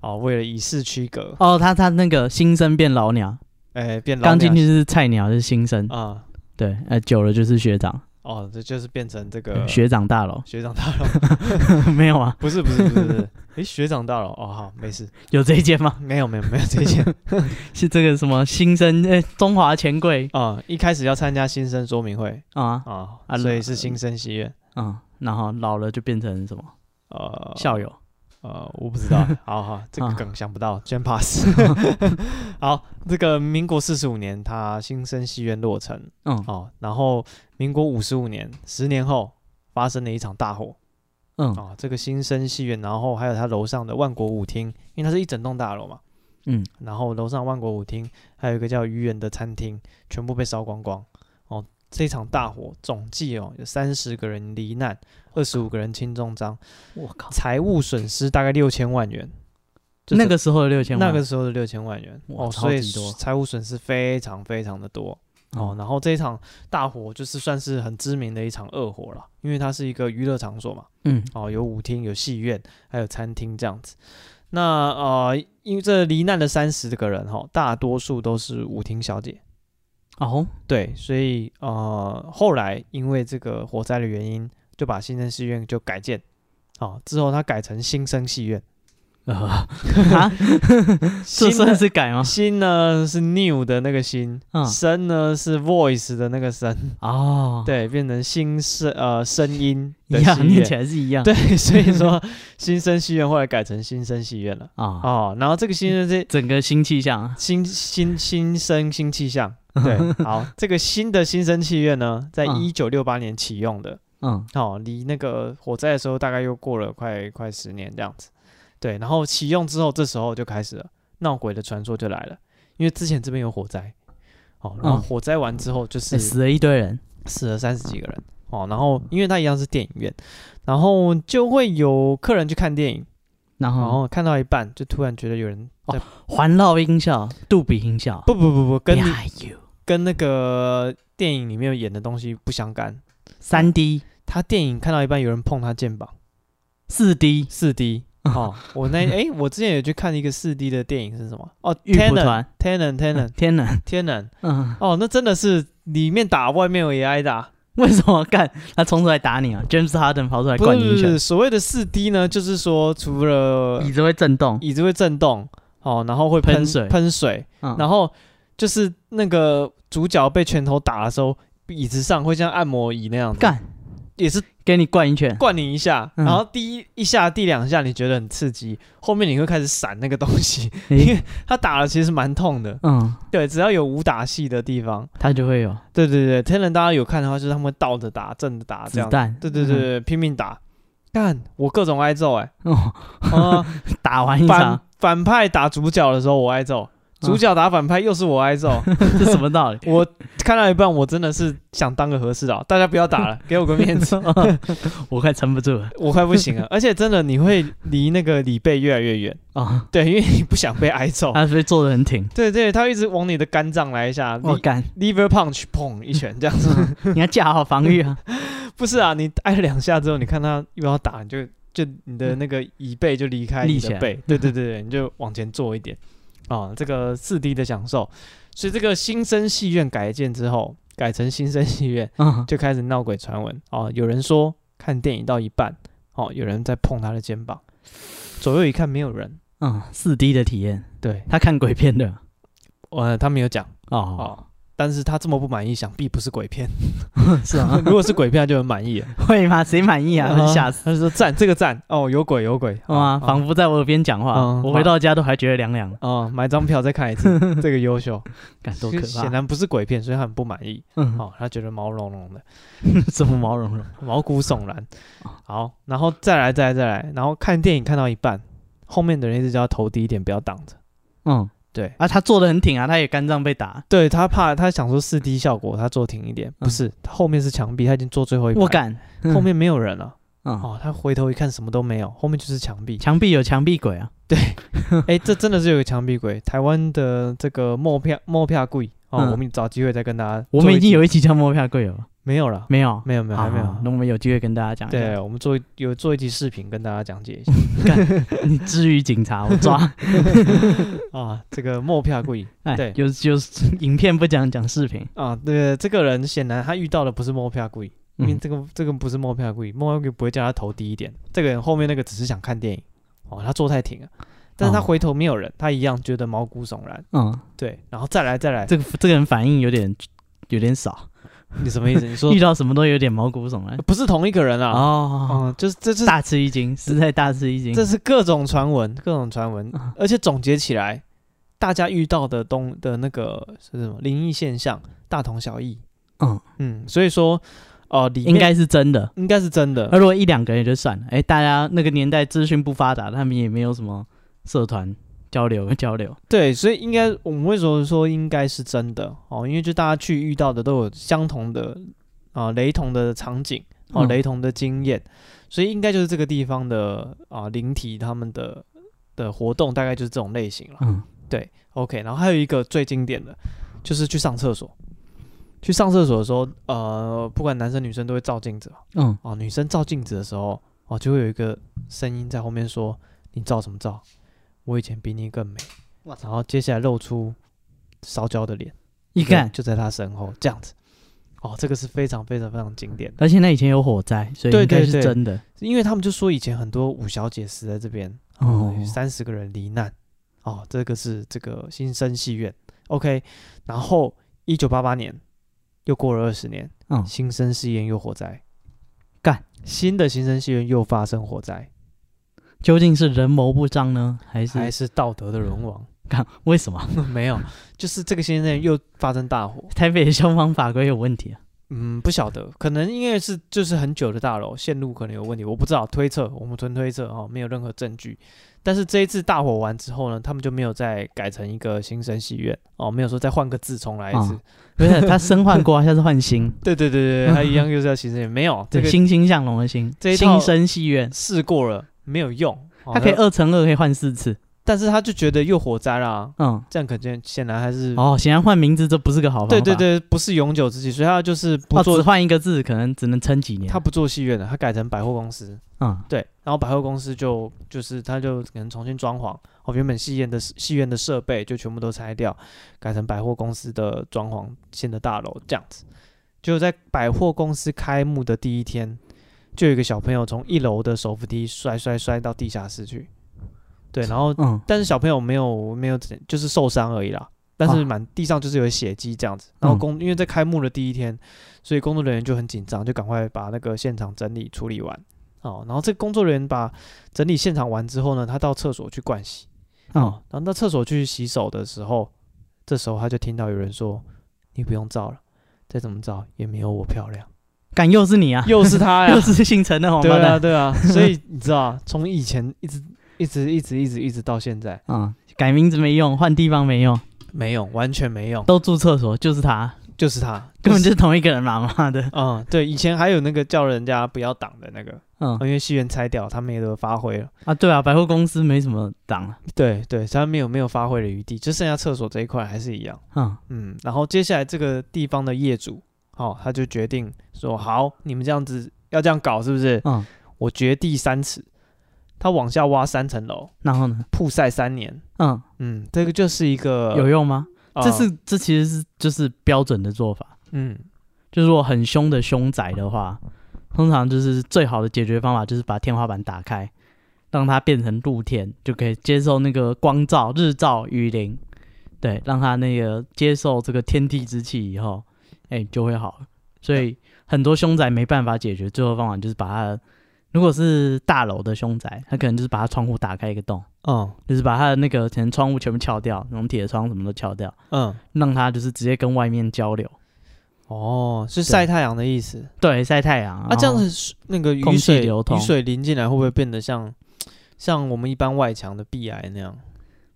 Speaker 1: 哦，为了以示区隔，
Speaker 2: 哦，他他那个新生变老鸟，
Speaker 1: 哎，变老
Speaker 2: 刚进
Speaker 1: 鸟
Speaker 2: 去是菜鸟，是新生，
Speaker 1: 啊，
Speaker 2: 对，呃，久了就是学长，
Speaker 1: 哦，这就是变成这个
Speaker 2: 嗯学长大佬 [LAUGHS]
Speaker 1: 学长大佬，
Speaker 2: 没有啊？
Speaker 1: [LAUGHS] 不是不是不是不是，哎，学长大佬哦，好，没事，
Speaker 2: 有这一间吗？ [LAUGHS]
Speaker 1: 没有没有没有这些
Speaker 2: 是这个什么新生？呃，中华钱柜
Speaker 1: 啊，一开始要参加新生说明会
Speaker 2: 啊
Speaker 1: 啊
Speaker 2: 啊，
Speaker 1: 所以是新生戏院。
Speaker 2: 嗯，然后老了就变成什么
Speaker 1: 呃，
Speaker 2: 校友？
Speaker 1: 呃，我不知
Speaker 2: [LAUGHS]
Speaker 1: 道，好好，这个
Speaker 2: 啊
Speaker 1: 梗想不到，先
Speaker 2: [LAUGHS]
Speaker 1: pass。好，这个民国四十五年，他新生戏院落成
Speaker 2: 嗯
Speaker 1: 哦，然后民国五十五年，十年后发生了一场大火
Speaker 2: 嗯
Speaker 1: 哦，这个新生戏院，然后还有他楼上的万国舞厅，因为它是一整栋大楼嘛，
Speaker 2: 嗯，
Speaker 1: 然后楼上万国舞厅还有一个叫愚园的餐厅，全部被烧光光哦。这场大火总计哦有三十个人罹难，二十五个人轻重伤，
Speaker 2: 我靠，
Speaker 1: 财务损失大概六千万元。就
Speaker 2: 那
Speaker 1: 是
Speaker 2: 个时候的六千万，嗯
Speaker 1: 那个时候的六千万元
Speaker 2: 哇
Speaker 1: 哦，
Speaker 2: 超
Speaker 1: 所以
Speaker 2: 级多
Speaker 1: 财务损失非常非常的多哦。
Speaker 2: 哦，
Speaker 1: 然后这一场大火就是算是很知名的一场恶火了，因为它是一个娱乐场所嘛，
Speaker 2: 嗯
Speaker 1: 哦，有舞厅、有戏院，还有餐厅这样子。那呃，因为这罹难的三十个人哈、哦，大多数都是舞厅小姐，
Speaker 2: 哦，
Speaker 1: 对，所以呃，后来因为这个火灾的原因，就把新生戏院就改建，哦，之后它改成新生戏院，
Speaker 2: 呃啊，
Speaker 1: [LAUGHS]
Speaker 2: 这
Speaker 1: 新的
Speaker 2: 算是改吗？
Speaker 1: 新呢是 new 的那个新，
Speaker 2: 嗯
Speaker 1: 声呢是 voice 的那个声，
Speaker 2: 哦，
Speaker 1: 对，变成新声呃声音的
Speaker 2: 一样，
Speaker 1: 戏
Speaker 2: 念起
Speaker 1: 院，
Speaker 2: 来是一样。
Speaker 1: 对，所以
Speaker 2: [LAUGHS]
Speaker 1: 说新生戏院后来改成新生戏院了
Speaker 2: 啊，
Speaker 1: 哦，然后这个新生这
Speaker 2: 整个新气象啊，
Speaker 1: 新新新生新气象， [LAUGHS] 对，好，这个新的新生戏院呢，在
Speaker 2: 嗯
Speaker 1: 一九六八年启用的，
Speaker 2: 嗯
Speaker 1: 哦，离那个火灾的时候大概又过了快快十年这样子。对，然后启用之后，这时候就开始了闹鬼的传说就来了，因为之前这边有火灾，哦，然后
Speaker 2: 嗯
Speaker 1: 火灾完之后就是
Speaker 2: 欸死了一堆人，
Speaker 1: 哎死了三十几个人，哦，然后因为它一样是电影院，然后就会有客人去看电影，
Speaker 2: 然
Speaker 1: 然
Speaker 2: 后
Speaker 1: 后看到一半就突然觉得有人在，
Speaker 2: 环绕音效、杜比音效，
Speaker 1: 不不不不，跟你
Speaker 2: Behind you
Speaker 1: 跟那个电影里面演的东西不相干。
Speaker 2: 三 D、
Speaker 1: 他电影看到一半有人碰他肩膀，
Speaker 2: 四 D
Speaker 1: 四
Speaker 2: [LAUGHS]
Speaker 1: D 哦，我那诶，我之前有去看一个四 D 的电影是什么？哦
Speaker 2: 玉蒲
Speaker 1: ，Tenon
Speaker 2: 团，
Speaker 1: Tenon
Speaker 2: 嗯 [LAUGHS]
Speaker 1: Tenon
Speaker 2: 天哪，
Speaker 1: 天能
Speaker 2: 嗯，
Speaker 1: 哦，那真的是里面打外面也挨打。
Speaker 2: [LAUGHS] 为什么干他冲出来打你啊？James Harden 跑出来
Speaker 1: 不
Speaker 2: 灌
Speaker 1: 是
Speaker 2: 你一
Speaker 1: 不
Speaker 2: 拳
Speaker 1: 是，，所谓的四 D 呢，就是说除了
Speaker 2: 椅子会震动，
Speaker 1: 椅子会震动哦，然后会喷
Speaker 2: 喷水
Speaker 1: 喷水，
Speaker 2: 嗯
Speaker 1: 然后就是那个主角被拳头打的时候，椅子上会像按摩椅那样子
Speaker 2: 干
Speaker 1: 也是
Speaker 2: 给你灌一拳，
Speaker 1: 灌你一下，
Speaker 2: 嗯
Speaker 1: 然后第一一下、第两下你觉得很刺激，后面你会开始闪那个东西，因
Speaker 2: 诶
Speaker 1: 为他打了其实蛮痛的。
Speaker 2: 嗯，
Speaker 1: 对，只要有武打戏的地方，
Speaker 2: 他就会有
Speaker 1: 对对对，天人大家有看的话，就是他们会倒着打、正着打这
Speaker 2: 子
Speaker 1: 样。
Speaker 2: 弹，
Speaker 1: 对对对对，拼命打，干我各种挨揍哎、
Speaker 2: [LAUGHS] 嗯，哦，
Speaker 1: 啊
Speaker 2: 打完一
Speaker 1: 反
Speaker 2: 场，
Speaker 1: 反派打主角的时候我挨揍，
Speaker 2: 嗯
Speaker 1: 主角打反派又是我挨揍。
Speaker 2: [LAUGHS] [LAUGHS] 这什么
Speaker 1: [LAUGHS]
Speaker 2: 道理？
Speaker 1: 我看到一半，我真的是想当个和事佬，大家不要打了，给我个面
Speaker 2: [LAUGHS]
Speaker 1: 子，
Speaker 2: 哦我快撑不住了
Speaker 1: 我快不行了。而且真的，你会离那个李贝越来越远，[LAUGHS]
Speaker 2: 哦，
Speaker 1: 对，因为你不想被挨揍。
Speaker 2: 他是不是坐得很挺？
Speaker 1: 对对，他一直往你的肝脏来一下
Speaker 2: 我
Speaker 1: ，li-
Speaker 2: 干，
Speaker 1: ，liver punch，砰一拳这
Speaker 2: [LAUGHS]
Speaker 1: 样子。
Speaker 2: 你要架好防
Speaker 1: [LAUGHS]
Speaker 2: 御啊！
Speaker 1: 不是啊，你挨了两下之后，你看他又要打，你就就你的那个椅背就离开
Speaker 2: 立
Speaker 1: 你
Speaker 2: 起
Speaker 1: 的
Speaker 2: 来
Speaker 1: 背，对对对对，你就往前坐一
Speaker 2: [LAUGHS]
Speaker 1: 点啊，这个四 D 的享受。所以这个新生戏院改建之后，改成新生戏院
Speaker 2: 嗯，
Speaker 1: 就开始闹鬼传闻哦，有人说看电影到一半哦，有人在碰他的肩膀，左右一看没有人，
Speaker 2: 嗯，四 D 的体验，
Speaker 1: 对，
Speaker 2: 他看鬼片的
Speaker 1: 呃，他没有讲
Speaker 2: 哦，
Speaker 1: 哦。但是他这么不满意，想必不是鬼片。 [LAUGHS] 哦
Speaker 2: 是啊，
Speaker 1: 如果是鬼片，他就很满意
Speaker 2: [LAUGHS]
Speaker 1: 了。
Speaker 2: 会吗？谁满意
Speaker 1: 嗯
Speaker 2: 啊？吓死！
Speaker 1: 他就说赞，这个赞哦，有鬼有鬼啊
Speaker 2: 哇，
Speaker 1: 房。
Speaker 2: 啊仿佛在我耳边讲话，
Speaker 1: 嗯
Speaker 2: 我回到家都还觉得凉凉的，
Speaker 1: 哦，买张票再看一次，这个优秀，
Speaker 2: 感 [LAUGHS] 多
Speaker 1: 其
Speaker 2: 可
Speaker 1: 实显
Speaker 2: 怕！
Speaker 1: 然不是鬼片，所以他很不满意。 [LAUGHS]
Speaker 2: 嗯，
Speaker 1: 哦，他觉得毛茸茸的，
Speaker 2: 什么毛茸茸？
Speaker 1: 毛骨悚然。
Speaker 2: 哦
Speaker 1: 好，然后再来，再来，再来，然后看电影看到一半，后面的人一直叫他头低一点，不要挡着。
Speaker 2: 嗯，
Speaker 1: 对，
Speaker 2: 啊，他坐得很挺啊，他也肝脏被打，
Speaker 1: 对他怕，他想说四 D 效果，他坐挺一点，不
Speaker 2: 嗯
Speaker 1: 是，他后面是墙壁，他已经坐最后一排，
Speaker 2: 我，敢。
Speaker 1: [LAUGHS] 后面没有人了。
Speaker 2: 嗯，
Speaker 1: 哦，他回头一看，什么都没有，后面就是墙壁。
Speaker 2: 墙壁有墙壁鬼啊，
Speaker 1: 哎，这真的是有个墙壁鬼，台湾的这个莫票莫票贵哦，
Speaker 2: 嗯
Speaker 1: 我们找机会再跟大家做一集。
Speaker 2: 我们已经有一啊期叫摸票鬼了吧，
Speaker 1: 没有了，
Speaker 2: 没有？
Speaker 1: 没有没有还没有
Speaker 2: 好，那我们有机会跟大家讲一下。
Speaker 1: 对，我们做一有做一集视频跟大家讲解
Speaker 2: [LAUGHS]
Speaker 1: 一下
Speaker 2: 你至于警察，我
Speaker 1: [LAUGHS]
Speaker 2: 抓。
Speaker 1: 啊，这个莫票贵
Speaker 2: 哎，
Speaker 1: 对
Speaker 2: 就是就是影片不讲，讲视频。
Speaker 1: 啊，这个这个人显然他遇到的不是莫票贵，因为
Speaker 2: 嗯，
Speaker 1: 这个这个不是莫票贵，莫票贵不会叫他头低一点，这个人后面那个只是想看电影，哦，他坐太挺了，但是他
Speaker 2: 哦
Speaker 1: 回头没有人，他一样觉得毛骨悚然，
Speaker 2: 嗯，
Speaker 1: 对，然后再来再来，
Speaker 2: 这个这个人反应有点有点少，
Speaker 1: 你什么意思？你说
Speaker 2: 遇到什么都有点毛骨悚然。
Speaker 1: 不是同一个人啊？
Speaker 2: 哦，
Speaker 1: 嗯，就是这是
Speaker 2: 大吃一惊，实在大吃一惊。
Speaker 1: 这是各种传闻，各种传
Speaker 2: [LAUGHS]
Speaker 1: 闻，而且总结起来，大家遇到的东的那个是什么灵异现象，大同小异。
Speaker 2: 嗯
Speaker 1: 嗯，所以说，哦、里面
Speaker 2: 应该是呃真的。
Speaker 1: 应该是真的
Speaker 2: 那。如果一两个人也就算了，哎、大家那个年代资讯不发达，他们也没有什么社团交流交流。
Speaker 1: 对，所以应该我们为什么说应该是真的哦？因为就大家去遇到的都有相同的啊、雷同的场景哦，
Speaker 2: 嗯
Speaker 1: 雷同的经验，所以应该就是这个地方的啊、灵体他们的的活动大概就是这种类型了。
Speaker 2: 嗯，
Speaker 1: OK，然后还有一个最经典的，就是去上厕所。去上厕所的时候，呃，不管男生女生都会照镜子嘛
Speaker 2: 嗯，
Speaker 1: 哦。女生照镜子的时候，哦，就会有一个声音在后面说：“你照什么照？我以前比你更美。”
Speaker 2: 我操
Speaker 1: 然后接下来露出烧焦的脸，
Speaker 2: 一看，
Speaker 1: 就在他身后这样子。哦，这个是非常非常非常经典的，
Speaker 2: 而且那以前有火灾，所以
Speaker 1: 对
Speaker 2: 应该
Speaker 1: 对
Speaker 2: 是
Speaker 1: 对
Speaker 2: 真的。
Speaker 1: 因为他们就说以前很多五小姐死在这边，
Speaker 2: 哦
Speaker 1: 三十个人罹难。哦，这个是这个新生戏院，OK。然后一九八八年又过了二十年，
Speaker 2: 嗯
Speaker 1: 新生戏院又火灾，
Speaker 2: 干
Speaker 1: 新的新生戏院又发生火灾，
Speaker 2: 究竟是人谋不臧呢，还
Speaker 1: 还
Speaker 2: 是
Speaker 1: 是道德的
Speaker 2: [LAUGHS]
Speaker 1: 沦亡？ [LAUGHS]
Speaker 2: 看为什么
Speaker 1: 没有，就是这个新生戏院又发生大火。
Speaker 2: 台北的消防法规有问题啊？
Speaker 1: 嗯，不晓得，可能因为是就是很久的大楼线路可能有问题，我不知道推测，我们纯推测哦，没有任何证据。但是这一次大火完之后呢，他们就没有再改成一个新生戏院哦，没有说再换个字重来一次。
Speaker 2: 啊不是，他身换过啊，下次换新，
Speaker 1: 对对对对，他一样 [LAUGHS] 又是要新生戏院，没有这
Speaker 2: 对，
Speaker 1: 个
Speaker 2: 欣欣向荣的欣
Speaker 1: 这，一套
Speaker 2: 新生戏院
Speaker 1: 试过了没有用，哦
Speaker 2: 它可以，二乘二可以换四次。
Speaker 1: 但是他就觉得又火灾啦，
Speaker 2: 嗯，
Speaker 1: 这样可见显然还是
Speaker 2: 哦，显然换名字这不是个好方法。
Speaker 1: 对对，对，不是永久之计，所以他就是不
Speaker 2: 哦，只
Speaker 1: 做，
Speaker 2: 换一个字可能只能撑几年。
Speaker 1: 他不做戏院了，他改成百货公司。
Speaker 2: 嗯
Speaker 1: 对，然后百货公司就就是他就可能重新装潢，哦，原本戏院的戏院的设备就全部都拆掉，改成百货公司的装潢新的大楼这样子。就在百货公司开幕的第一天，就有一个小朋友从一楼的手扶梯摔摔摔到地下室去，对，然后
Speaker 2: 嗯，
Speaker 1: 但是小朋友没有没有怎就是受伤而已啦，但是
Speaker 2: 啊
Speaker 1: 满地上就是有血迹这样子。然后工、因为在开幕的第一天，所以工作人员就很紧张，就赶快把那个现场整理处理完。哦，然后这个工作人员把整理现场完之后呢，他到厕所去盥洗。
Speaker 2: 哦，
Speaker 1: 然后到厕所去洗手的时候，这时候他就听到有人说：“你不用照了，再怎么照也没有我漂亮。
Speaker 2: 敢又是
Speaker 1: [LAUGHS]
Speaker 2: 你啊”，
Speaker 1: 又是他哎呀
Speaker 2: 又，是姓陈的王
Speaker 1: 对
Speaker 2: 八
Speaker 1: 啊，
Speaker 2: 蛋。
Speaker 1: 对啊。所以你知道，从以前一直一直一直一直一直到现在，
Speaker 2: 嗯，改名字没用，换地方没用，
Speaker 1: 没用，完全没用，
Speaker 2: 都住厕所，就是
Speaker 1: [LAUGHS]
Speaker 2: 他，
Speaker 1: 就是他，
Speaker 2: 根本就是同一个人嘛，妈的。
Speaker 1: 嗯，对，以前还有那个叫人家不要挡的那个，哦
Speaker 2: 嗯
Speaker 1: 因为戏院拆掉，他没得发挥了。
Speaker 2: 啊，对啊，百货公司没什么啊档了。
Speaker 1: 对对，他没有没有发挥的余地，就剩下厕所这一块还是一样。
Speaker 2: 嗯，
Speaker 1: 嗯，然后接下来这个地方的业主，哦，他就决定说，好，你们这样子要这样搞是不是？
Speaker 2: 嗯，
Speaker 1: 我掘地三尺，他往下挖三层楼，
Speaker 2: 然后呢？
Speaker 1: 曝晒三年。
Speaker 2: 嗯，
Speaker 1: 嗯，这个就是一个
Speaker 2: 有用吗？
Speaker 1: 呃
Speaker 2: 这是这其实是就是标准的做法，
Speaker 1: 嗯
Speaker 2: 就是如果很凶的凶宅的话，通常就是最好的解决方法就是把天花板打开，让它变成露天，就可以接受那个光照、日照、雨淋，对，让它那个接受这个天地之气以后，哎、就会好了。所以很多凶宅没办法解决，最后方法就是把它的，如果是大楼的凶宅，它可能就是把它窗户打开一个洞，
Speaker 1: 嗯
Speaker 2: 就是把它的那个可能窗户全部撬掉，那种铁窗什么都撬掉，
Speaker 1: 嗯，
Speaker 2: 让它就是直接跟外面交流。
Speaker 1: 哦，是晒太阳的意思。
Speaker 2: 对，晒太阳
Speaker 1: 啊，这样
Speaker 2: 子。
Speaker 1: 子水那个雨
Speaker 2: 空气
Speaker 1: 水
Speaker 2: 流通
Speaker 1: 雨水淋进来会不会变得像像我们一般外墙的壁癌那样？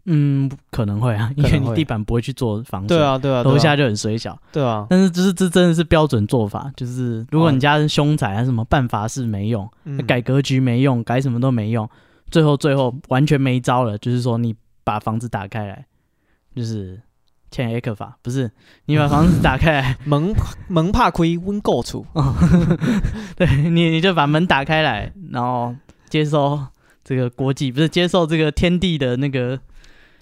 Speaker 2: 嗯，可能会啊，因
Speaker 1: 可
Speaker 2: 为
Speaker 1: 能
Speaker 2: 你
Speaker 1: 会
Speaker 2: 地板不会去做防水，
Speaker 1: 对，啊，对啊，对啊
Speaker 2: 楼下就很水小。
Speaker 1: 对啊，
Speaker 2: 但是就是这真的是标准做法，就是如果你家是凶宅啊，什么办法是没用，
Speaker 1: 哦嗯
Speaker 2: 改格局没用，改什么都没用，最后最后完全没招了，就是说你把房子打开来，就是欠 A 克法，不是你把房子打开
Speaker 1: [LAUGHS]
Speaker 2: 来，哦
Speaker 1: 门门怕亏，温够处。
Speaker 2: [LAUGHS] 对你你就把门打开来，然后接受这个国际不是接受这个天地的那个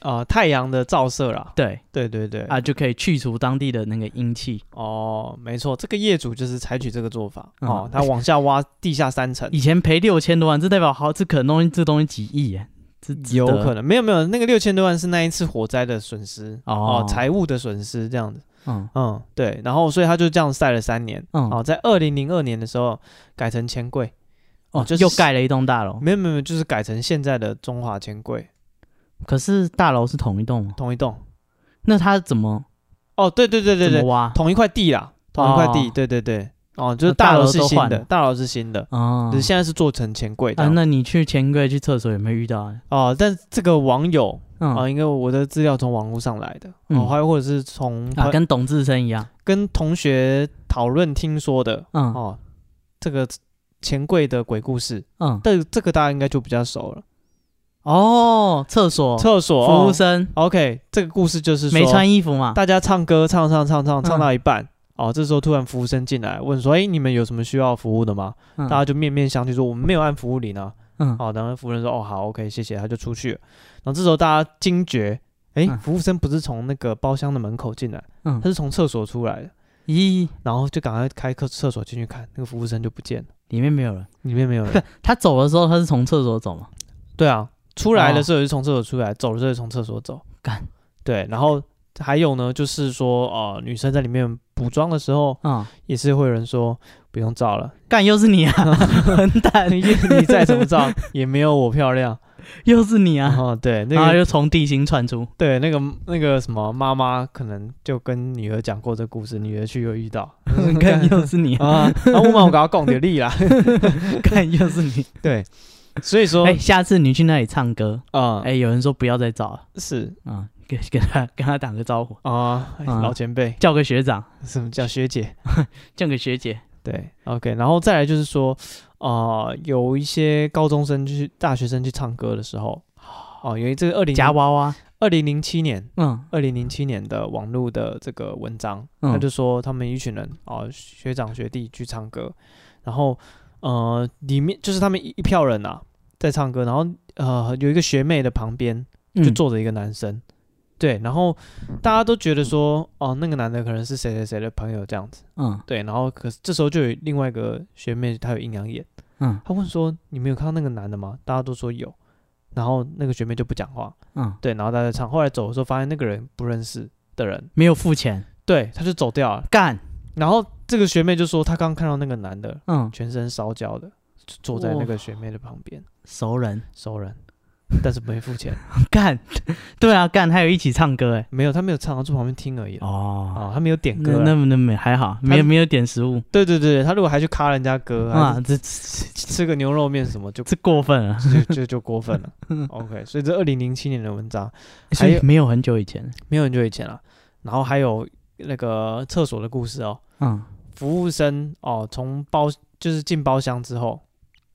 Speaker 1: 啊、太阳的照射啦，
Speaker 2: 对
Speaker 1: 对对对，
Speaker 2: 啊，就可以去除当地的那个阴气。
Speaker 1: 哦，没错，这个业主就是采取这个做法、
Speaker 2: 嗯
Speaker 1: 哦，他往下挖地下三
Speaker 2: [LAUGHS]
Speaker 1: 层，
Speaker 2: 以前赔六千多万，这代表好，这可能东西这东西几亿耶，这
Speaker 1: 有可
Speaker 2: 能，
Speaker 1: 能没有没有，那个六千多万是那一次火灾的损失
Speaker 2: 哦
Speaker 1: 财务的损失这样子，
Speaker 2: 嗯
Speaker 1: 嗯，对，然后所以他就这样晒了三年，
Speaker 2: 嗯
Speaker 1: 哦，在二零零二年的时候改成钱柜，
Speaker 2: 哦，
Speaker 1: 就是
Speaker 2: 又盖了一栋大楼，
Speaker 1: 没有没有，没有就是改成现在的中华钱柜
Speaker 2: 可是大楼是同一栋吗，
Speaker 1: 同一栋。
Speaker 2: 那他怎么
Speaker 1: 哦，对对对对
Speaker 2: 怎么
Speaker 1: 对，
Speaker 2: 挖？
Speaker 1: 同一块地啦，同一块地，
Speaker 2: 哦
Speaker 1: 对对对。哦，就是
Speaker 2: 那大
Speaker 1: 大楼
Speaker 2: 楼
Speaker 1: 是
Speaker 2: 都
Speaker 1: 新
Speaker 2: 换
Speaker 1: 的
Speaker 2: 了，
Speaker 1: 大楼是新的，
Speaker 2: 哦
Speaker 1: 只是现在是做成钱柜
Speaker 2: 啊，
Speaker 1: 的。
Speaker 2: 那你去钱柜去厕所有没有遇到啊？
Speaker 1: 哦，但这个网友啊，
Speaker 2: 嗯
Speaker 1: 应该我的资料从网络上来的，哦，
Speaker 2: 嗯
Speaker 1: 还有或者是从
Speaker 2: 啊，跟董志生一样，
Speaker 1: 跟同学讨论听说的
Speaker 2: 嗯
Speaker 1: 哦，这个钱柜的鬼故事，
Speaker 2: 嗯，
Speaker 1: 但这个大家应该就比较熟了。
Speaker 2: 哦，厕所
Speaker 1: 厕所
Speaker 2: 服务
Speaker 1: 哦
Speaker 2: 生
Speaker 1: ，OK，这个故事就是
Speaker 2: 没
Speaker 1: 说
Speaker 2: 穿衣服嘛？
Speaker 1: 大家唱歌唱唱唱唱唱
Speaker 2: 啊嗯
Speaker 1: 到一半，哦，这时候突然服务生进来问说：“哎、你们有什么需要服务的吗？”
Speaker 2: 嗯
Speaker 1: 大家就面面相觑说：“我们没有按服务铃啊。”
Speaker 2: 嗯
Speaker 1: 哦，然后服务生说：“哦，好，OK，谢谢。”他就出去了。然后这时候大家惊觉，哎、
Speaker 2: 嗯
Speaker 1: 服务生不是从那个包厢的门口进来，
Speaker 2: 嗯
Speaker 1: 他是从厕所出来的，
Speaker 2: 咦，
Speaker 1: 然后就赶快开厕厕所进去看，那个服务生就不见了，
Speaker 2: [LAUGHS] 里面没有人，
Speaker 1: 里面没有
Speaker 2: 不
Speaker 1: 人。
Speaker 2: [LAUGHS] 他走的时候他是从厕所走嘛？
Speaker 1: 对啊，出来的
Speaker 2: 哦
Speaker 1: 时候也是从厕所出来，走的时候也是从厕所走。
Speaker 2: 干，
Speaker 1: 对，然后还有呢，就是说，呃，女生在里面补妆的时候，
Speaker 2: 嗯，
Speaker 1: 也是会有人说不用照了， [LAUGHS]
Speaker 2: 干又是你啊，混蛋，
Speaker 1: 你你再怎么哦照也没有我漂亮。
Speaker 2: [LAUGHS] 又是你啊
Speaker 1: 然。后对那
Speaker 2: 然后
Speaker 1: 个
Speaker 2: 就从地心窜
Speaker 1: [LAUGHS]
Speaker 2: 出，
Speaker 1: 对那个那个什么妈妈可能就跟女儿讲过这故事，女儿去又遇到
Speaker 2: 看又是你，
Speaker 1: 啊，然后我妈我搞讲的力啦，
Speaker 2: [LAUGHS] 看又是
Speaker 1: [LAUGHS]
Speaker 2: 你。
Speaker 1: 对，所以说
Speaker 2: 哎，下次你去那里唱歌，
Speaker 1: 哦啊
Speaker 2: 哎，有人说不要再找了，
Speaker 1: 是
Speaker 2: 啊，跟跟他跟他打个招呼，
Speaker 1: 啊哎
Speaker 2: 嗯
Speaker 1: 老前辈
Speaker 2: 叫个学长，
Speaker 1: 什么叫学姐
Speaker 2: 叫个学姐，
Speaker 1: 对 OK，然后再来就是说啊、呃有一些高中生去大学生去唱歌的时候，哦、有一这个二零
Speaker 2: 夹娃娃，
Speaker 1: 二零零七年。
Speaker 2: 嗯
Speaker 1: 二零零七年的网络的这个文章，
Speaker 2: 嗯
Speaker 1: 他就说他们一群人哦，学长学弟去唱歌，然后呃，里面就是他们一一票人啊在唱歌，然后呃有一个学妹的旁边就
Speaker 2: 嗯
Speaker 1: 坐着一个男生，对，然后大家都觉得说哦那个男的可能是谁谁谁的朋友这样子，
Speaker 2: 嗯
Speaker 1: 对，然后可是这时候就有另外一个学妹她有阴阳眼，
Speaker 2: 嗯
Speaker 1: 她问说你们有看到那个男的吗？大家都说有，然后那个学妹就不讲话，
Speaker 2: 嗯，
Speaker 1: 对，然后他在唱，后来走的时候发现那个人不认识的人，
Speaker 2: 没有付钱，
Speaker 1: 对，他就走掉了。
Speaker 2: 干，
Speaker 1: 然后这个学妹就说，她刚看到那个男的
Speaker 2: 嗯，
Speaker 1: 全身烧焦的，坐在那个学妹的旁边，
Speaker 2: 熟人，
Speaker 1: 熟人，但是没付钱， [LAUGHS]
Speaker 2: 干， [LAUGHS] 对啊，干，还有一起唱歌，哎，
Speaker 1: 没有，他没有唱，他坐旁边听而已。哦，
Speaker 2: 哦，
Speaker 1: 他没有点
Speaker 2: 那
Speaker 1: 歌
Speaker 2: 那
Speaker 1: 啊。
Speaker 2: 那没还好，没有没有点食物
Speaker 1: 对对对，他如果还去卡人家歌，还
Speaker 2: 啊，
Speaker 1: 是
Speaker 2: 这这
Speaker 1: 吃个牛肉面什么，就
Speaker 2: 这过分了，
Speaker 1: 就就就过
Speaker 2: [LAUGHS]
Speaker 1: 分了。OK，所以这二零零七年的文章
Speaker 2: 所
Speaker 1: 还
Speaker 2: 以
Speaker 1: 有
Speaker 2: 没有很久以前，
Speaker 1: 没有很久以前了。然后还有那个厕所的故事哦，
Speaker 2: 嗯
Speaker 1: 服务生哦，从包就是进包厢之后，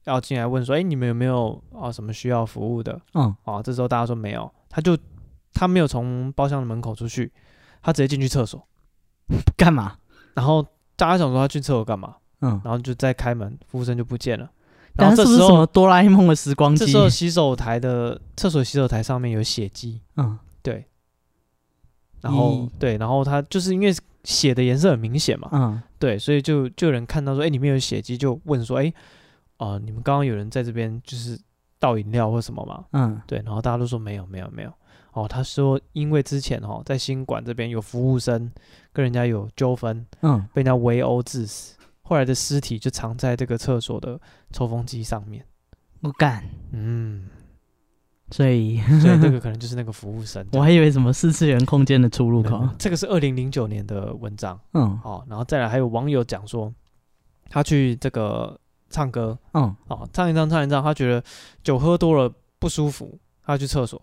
Speaker 1: 要进来问说，哎、你们有没有啊什么需要服务的
Speaker 2: 嗯
Speaker 1: 哦，这时候大家说没有，他就他没有从包厢的门口出去，他直接进去厕所，
Speaker 2: 干嘛？
Speaker 1: 然后大家想说他去厕所干嘛，
Speaker 2: 嗯，
Speaker 1: 然后就再开门，服务生就不见了。然
Speaker 2: 但
Speaker 1: 后
Speaker 2: 是
Speaker 1: 这
Speaker 2: 不是
Speaker 1: 时
Speaker 2: 什
Speaker 1: 候，
Speaker 2: 么哆啦 A 梦的时光
Speaker 1: 这
Speaker 2: 机
Speaker 1: 时？候洗手台的厕所洗手台上面有血迹，
Speaker 2: 嗯，
Speaker 1: 对，然后
Speaker 2: 咦
Speaker 1: 对，然后他就是因为血的颜色很明显嘛，
Speaker 2: 嗯
Speaker 1: 对，所以就就有人看到说，哎、里面有血迹，就问说，哎、哦、你们刚刚有人在这边就是倒饮料或什么吗？
Speaker 2: 嗯
Speaker 1: 对，然后大家都说没有，没有，没有。哦，他说因为之前哦，在新馆这边有服务生跟人家有纠纷，
Speaker 2: 嗯，
Speaker 1: 被人家围殴致死，后来的尸体就藏在这个厕所的抽风机上面。
Speaker 2: 我干，
Speaker 1: 嗯，
Speaker 2: 所以。
Speaker 1: 所以这个可能就是那个服务生
Speaker 2: [LAUGHS] 我还以为什么四次元空间的出入
Speaker 1: 对
Speaker 2: 口，
Speaker 1: 这个是二零零九年的文章
Speaker 2: 嗯
Speaker 1: 哦，然后再来还有网友讲说，他去这个唱歌，
Speaker 2: 嗯
Speaker 1: 哦，唱一唱唱一唱，他觉得酒喝多了不舒服，他去厕所，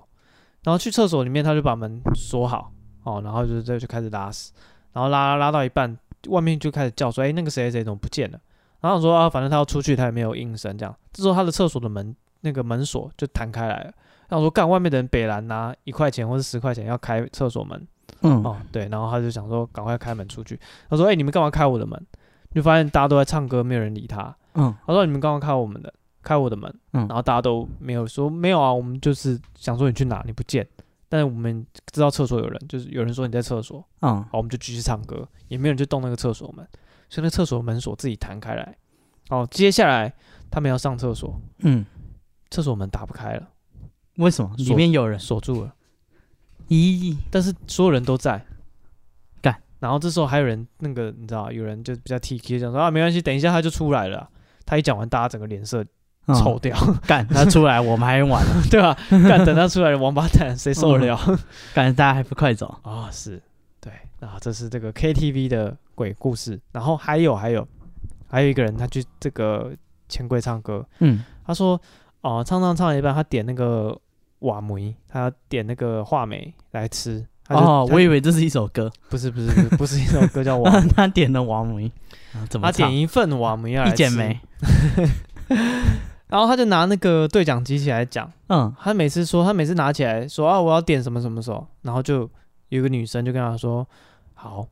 Speaker 1: 然后去厕所里面他就把门锁好，哦，然后就就就开始拉屎，然后拉拉到一半，外面就开始叫说，哎、那个谁谁谁怎么不见了？然后想说啊，反正他要出去，他也没有应声，这样，这时候他的厕所的门那个门锁就弹开来了。然后说干外面的人北兰拿一块钱或是十块钱要开厕所门
Speaker 2: 嗯
Speaker 1: 哦，对，然后他就想说赶快开门出去。他说：“哎、你们干嘛开我的门？”就发现大家都在唱歌，没有人理他。
Speaker 2: 嗯
Speaker 1: 他说你们刚刚开我们的，开我的门，
Speaker 2: 嗯
Speaker 1: 然后大家都没有说没有啊，我们就是想说你去哪，你不见，但是我们知道厕所有人，就是有人说你在厕所，
Speaker 2: 嗯，
Speaker 1: 好，我们就继续唱歌，也没有人去动那个厕所门，所以那厕所门锁自己弹开来。哦，接下来他们要上厕所，
Speaker 2: 嗯，
Speaker 1: 厕所门打不开了，
Speaker 2: 为什么
Speaker 1: 锁
Speaker 2: 里面有人？
Speaker 1: 锁住了，
Speaker 2: 咦，
Speaker 1: 但是所有人都在。
Speaker 2: 干，
Speaker 1: 然后这时候还有人那个你知道，有人就比较 T K 讲说啊，没关系，等一下他就出来了啊。他一讲完，大家整个脸色
Speaker 2: 嗯
Speaker 1: 臭掉，
Speaker 2: 干他出来，我们还玩，
Speaker 1: [LAUGHS] 对吧、干等他出来的王八蛋，谁受得了
Speaker 2: 嗯
Speaker 1: [LAUGHS] 啊、
Speaker 2: 干大家还不快走？
Speaker 1: 是，对，啊，这是这个 KTV 的鬼故事。然后还有还有还有一个人，他去这个钱柜唱歌，
Speaker 2: 嗯
Speaker 1: 他说哦、唱唱唱一半，他点那个瓦梅，他点那个话梅来吃。他就
Speaker 2: 哦，
Speaker 1: 他
Speaker 2: 我以为这是一首歌，
Speaker 1: 不是不是不是不是一首歌叫瓦
Speaker 2: [LAUGHS]
Speaker 1: 梅，
Speaker 2: 他点的王母音，啊怎么
Speaker 1: 他
Speaker 2: 唱
Speaker 1: 点一份瓦梅要
Speaker 2: [LAUGHS]
Speaker 1: 来
Speaker 2: 一剪
Speaker 1: 吃
Speaker 2: 梅，？
Speaker 1: 然后他就拿那个对讲机器来讲。
Speaker 2: 嗯
Speaker 1: 他每次说，他每次拿起来说啊，我要点什么什么什么，然后就有一个女生就跟他说好，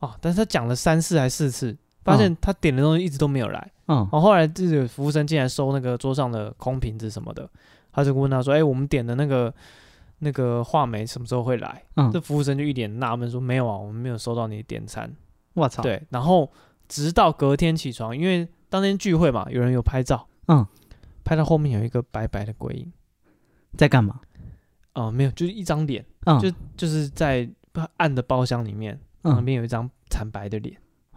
Speaker 1: 哦，但是他讲了三次还四次，发现他点的东西一直都没有来。哦
Speaker 2: 嗯
Speaker 1: 然后后来这个服务生进来收那个桌上的空瓶子什么的，他就问他说，哎、我们点的那个那个话梅什么时候会来？这
Speaker 2: 嗯，
Speaker 1: 服务生就一脸纳闷说，没有啊，我们没有收到你的点餐。
Speaker 2: 我操，，
Speaker 1: 对，然后直到隔天起床，因为当天聚会嘛，有人有拍照，
Speaker 2: 嗯，
Speaker 1: 拍到后面有一个白白的鬼影。
Speaker 2: 在干嘛？
Speaker 1: 哦、没有，就是一张脸，
Speaker 2: 嗯，
Speaker 1: 就就是在暗的包厢里面，旁
Speaker 2: 嗯
Speaker 1: 边有一张惨白的脸。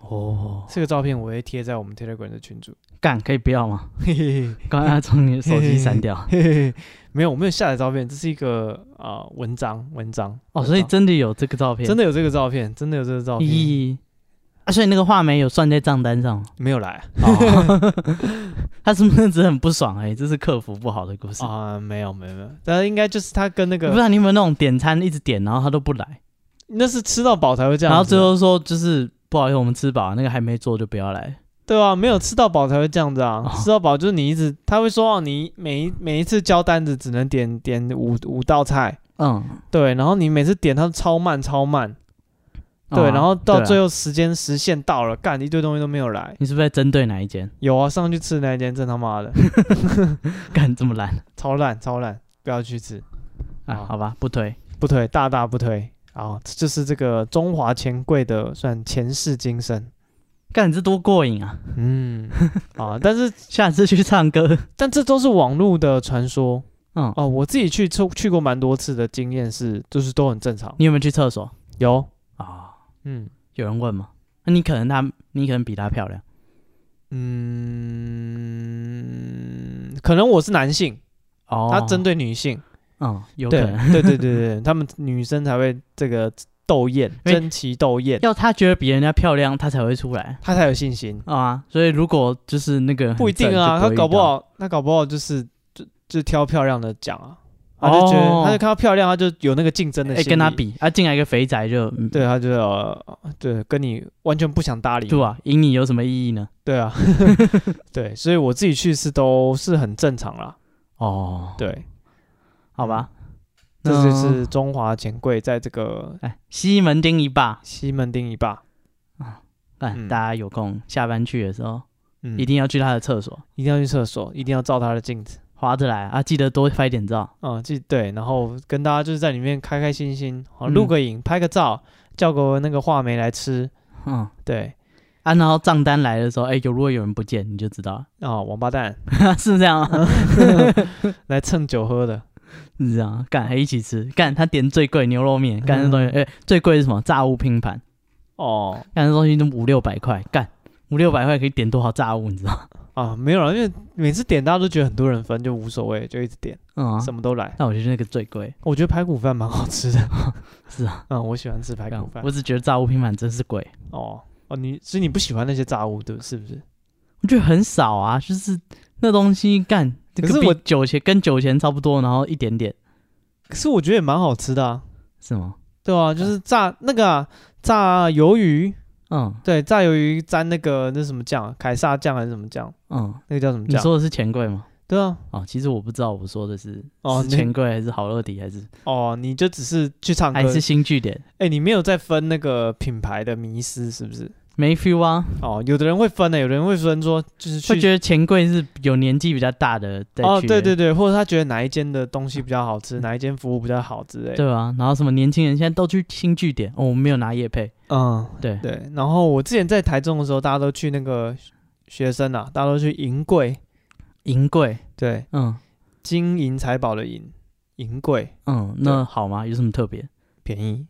Speaker 2: 哦，
Speaker 1: 这个照片我会贴在我们 Telegram 的群组。
Speaker 2: 干可以不要吗？
Speaker 1: 嘿嘿
Speaker 2: 刚刚从你的手机删掉。
Speaker 1: 嘿嘿嘿，没有，我没有下载照片，这是一个啊文章，文章
Speaker 2: 哦，所
Speaker 1: 文
Speaker 2: 以
Speaker 1: 章
Speaker 2: 真的有这个照片，
Speaker 1: 真
Speaker 2: 的
Speaker 1: 的有这个照片，真的有这个照片，
Speaker 2: 咦。啊，所以那个画眉有算在账单上吗，
Speaker 1: 没有来
Speaker 2: 哦、 [LAUGHS] 他是不是只是很不爽哎、这是客服不好的故事
Speaker 1: 啊，没有没有没有，但是应该就是他跟那
Speaker 2: 不知
Speaker 1: 个
Speaker 2: 道你有没有那种点餐一直点，然后他都不来，
Speaker 1: 那是吃到饱才会这样子啊，
Speaker 2: 然后最后说就是不好意思，我们吃饱了，那个还没做就不要来。
Speaker 1: 对啊，没有吃到饱才会这样子啊！
Speaker 2: 哦
Speaker 1: 吃到饱就是你一直，他会说哦，你每一每一次交单子只能点点五五道菜，
Speaker 2: 嗯，
Speaker 1: 对，然后你每次点它超慢超慢，对，
Speaker 2: 哦
Speaker 1: 然后到
Speaker 2: 对啊
Speaker 1: 最后时间时限到了，干一堆东西都没有来。
Speaker 2: 你是不是在针对哪一间？ [LAUGHS]
Speaker 1: 有啊，上去吃的那一间真他妈的
Speaker 2: 干这么烂
Speaker 1: 超烂超烂，不要去吃，
Speaker 2: 啊？
Speaker 1: [LAUGHS] 哦
Speaker 2: 好吧，不推。
Speaker 1: 不推，大大不推。啊，这就是这个中华钱柜的算前世今生，
Speaker 2: 干，你这多过瘾啊！ [LAUGHS]
Speaker 1: [LAUGHS] 嗯啊，但是
Speaker 2: 下次去唱歌，
Speaker 1: 但这都是网络的传说，
Speaker 2: 嗯，
Speaker 1: 哦，我自己去出去过蛮多次的经验是，就是都很正常。
Speaker 2: 你有没有去厕所
Speaker 1: 有，
Speaker 2: 啊？
Speaker 1: 嗯
Speaker 2: 有人问吗？那你可能她，你可能比她漂亮
Speaker 1: 嗯，可能我是男性，
Speaker 2: 哦。
Speaker 1: 他针对女性，
Speaker 2: 嗯，有可
Speaker 1: 对
Speaker 2: 能
Speaker 1: 对对对对，他们女生才会这个斗艳，
Speaker 2: [LAUGHS] 因为
Speaker 1: 争奇斗艳，
Speaker 2: 要她觉得比人家漂亮，她才会出来
Speaker 1: 他才有信心。
Speaker 2: 啊。所以如果就是那个很
Speaker 1: 不一定
Speaker 2: 正
Speaker 1: 啊，
Speaker 2: 就
Speaker 1: 他
Speaker 2: 会
Speaker 1: 搞
Speaker 2: 遇
Speaker 1: 不
Speaker 2: 到哎
Speaker 1: 好，他搞不好就是就就挑漂亮的讲啊，他就觉得、
Speaker 2: 哦
Speaker 1: 他就看到漂亮，他就有那个竞争的
Speaker 2: 哎、
Speaker 1: 心理，
Speaker 2: 跟他，比啊，进来一个肥宅就嗯
Speaker 1: 对，他就、呃、对跟你完全不想搭理，
Speaker 2: 对啊，赢你有什么意义呢？
Speaker 1: 对啊， [LAUGHS] 对，所以我自己去是都是很正常啦。
Speaker 2: 哦，
Speaker 1: 对，
Speaker 2: 好吧，
Speaker 1: 嗯这
Speaker 2: 那
Speaker 1: 就是中华钱柜在这个
Speaker 2: 哎，西门町一霸，
Speaker 1: 西门町一霸，
Speaker 2: 哎、
Speaker 1: 嗯
Speaker 2: 大家有空下班去的时候、
Speaker 1: 嗯，
Speaker 2: 一定要去他的厕所，
Speaker 1: 一定要去厕所，一定要照他的镜子。
Speaker 2: 划着来啊，记得多拍点照。
Speaker 1: 嗯，记对，然后跟大家就是在里面开开心心，好
Speaker 2: 嗯
Speaker 1: 录个影，拍个照，叫个那个话梅来吃。
Speaker 2: 嗯，
Speaker 1: 对
Speaker 2: 啊，然后账单来的时候，哎、有如果有人不见，你就知道了， [LAUGHS]
Speaker 1: 啊，王八蛋
Speaker 2: 是这样
Speaker 1: 嗯
Speaker 2: 吗？
Speaker 1: 来蹭酒喝的，
Speaker 2: 是这样啊，干还一起吃，干他点最贵牛肉面，干这东西，
Speaker 1: 嗯
Speaker 2: 哎、最贵是什么？炸物拼盘，
Speaker 1: 哦
Speaker 2: 干这东西都五六百块，干五六百块可以点多少炸物，你知道？
Speaker 1: 啊，没有了，因为每次点大家都觉得很多人分，就无所谓，就一直点，
Speaker 2: 嗯、 [LAUGHS] 啊，
Speaker 1: 什么都来。
Speaker 2: 那我觉得那个最贵。
Speaker 1: 我觉得排骨饭蛮好吃的，
Speaker 2: [LAUGHS] 是啊，
Speaker 1: [LAUGHS] 嗯，我喜欢吃排
Speaker 2: 干
Speaker 1: 骨饭
Speaker 2: 我。只觉得炸物拼盘真是贵。
Speaker 1: 哦哦，你所以你不喜欢那些炸物，对不是不是？
Speaker 2: 我觉得很少啊，就是那东西干，这
Speaker 1: 可
Speaker 2: 个
Speaker 1: 是
Speaker 2: 比
Speaker 1: 我
Speaker 2: 酒钱跟酒钱差不多，然后一点点
Speaker 1: 可是我觉得也蛮好吃的啊，
Speaker 2: 是吗？
Speaker 1: 对啊，就是炸那个、啊、炸鱿鱼，
Speaker 2: 嗯
Speaker 1: 对，炸鱿鱼沾那个那什么酱啊，凯撒酱还是什么酱？
Speaker 2: 嗯，
Speaker 1: 那个叫什么
Speaker 2: 你
Speaker 1: 酱？
Speaker 2: 说的是钱柜吗？
Speaker 1: 对啊，
Speaker 2: 哦，其实我不知道我说的是
Speaker 1: 哦
Speaker 2: 是
Speaker 1: 你
Speaker 2: 钱柜还是好乐迪还是
Speaker 1: 哦，你就只是去唱歌
Speaker 2: 还，是新据点
Speaker 1: 哎、你没有在分那个品牌的迷失是不是？
Speaker 2: 没 feel 啊？
Speaker 1: 哦，有的人会分的、有的人会分说就是去
Speaker 2: 会觉得钱柜是有年纪比较大的在
Speaker 1: 哦，
Speaker 2: 去
Speaker 1: 对对
Speaker 2: 的
Speaker 1: 对，或者他觉得哪一间的东西比较好吃，哪一间服务比较好之类的。
Speaker 2: 对啊，然后什么年轻人现在都去新据点哦，我没有拿夜配，
Speaker 1: 嗯，
Speaker 2: 对
Speaker 1: 对。然后我之前在台中的时候，大家都去那个学生啊，大家都去银柜，
Speaker 2: 银柜，
Speaker 1: 对，
Speaker 2: 嗯
Speaker 1: 金银财宝的银，银柜
Speaker 2: 嗯，那好吗？有什么特别？
Speaker 1: 便宜，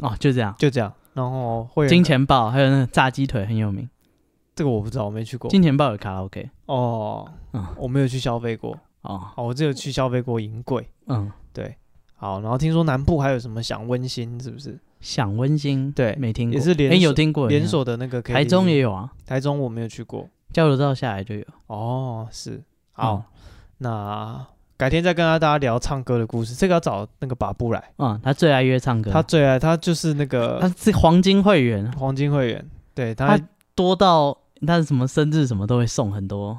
Speaker 2: 哦，就这样，
Speaker 1: 就这样。然后会有
Speaker 2: 金钱豹还有那个炸鸡腿很有名，
Speaker 1: 这个我不知道，我没去过。
Speaker 2: 金钱豹有卡拉 OK
Speaker 1: 哦，
Speaker 2: 嗯
Speaker 1: 我没有去消费过，
Speaker 2: 哦，
Speaker 1: 好，我只有去消费过银柜。
Speaker 2: 嗯，
Speaker 1: 对，好。然后听说南部还有什么享温馨，是不是？
Speaker 2: 想温馨，
Speaker 1: 对
Speaker 2: 没听过，
Speaker 1: 也是连
Speaker 2: 哎、
Speaker 1: 锁
Speaker 2: 有听过
Speaker 1: 连，锁的那个
Speaker 2: 有听过台中也
Speaker 1: 有，
Speaker 2: 有啊，
Speaker 1: 台中我没有去过。
Speaker 2: 交流道下来就有。
Speaker 1: 哦，是，好，
Speaker 2: 嗯
Speaker 1: 那改天再跟大家聊唱歌的故事。这个要找那个把布来。
Speaker 2: 嗯，他最爱约唱歌，
Speaker 1: 他最爱他就是那
Speaker 2: 他
Speaker 1: 个
Speaker 2: 是黄金会员，
Speaker 1: 黄金会员，对他
Speaker 2: 他多到他什么生日什么都会送很多，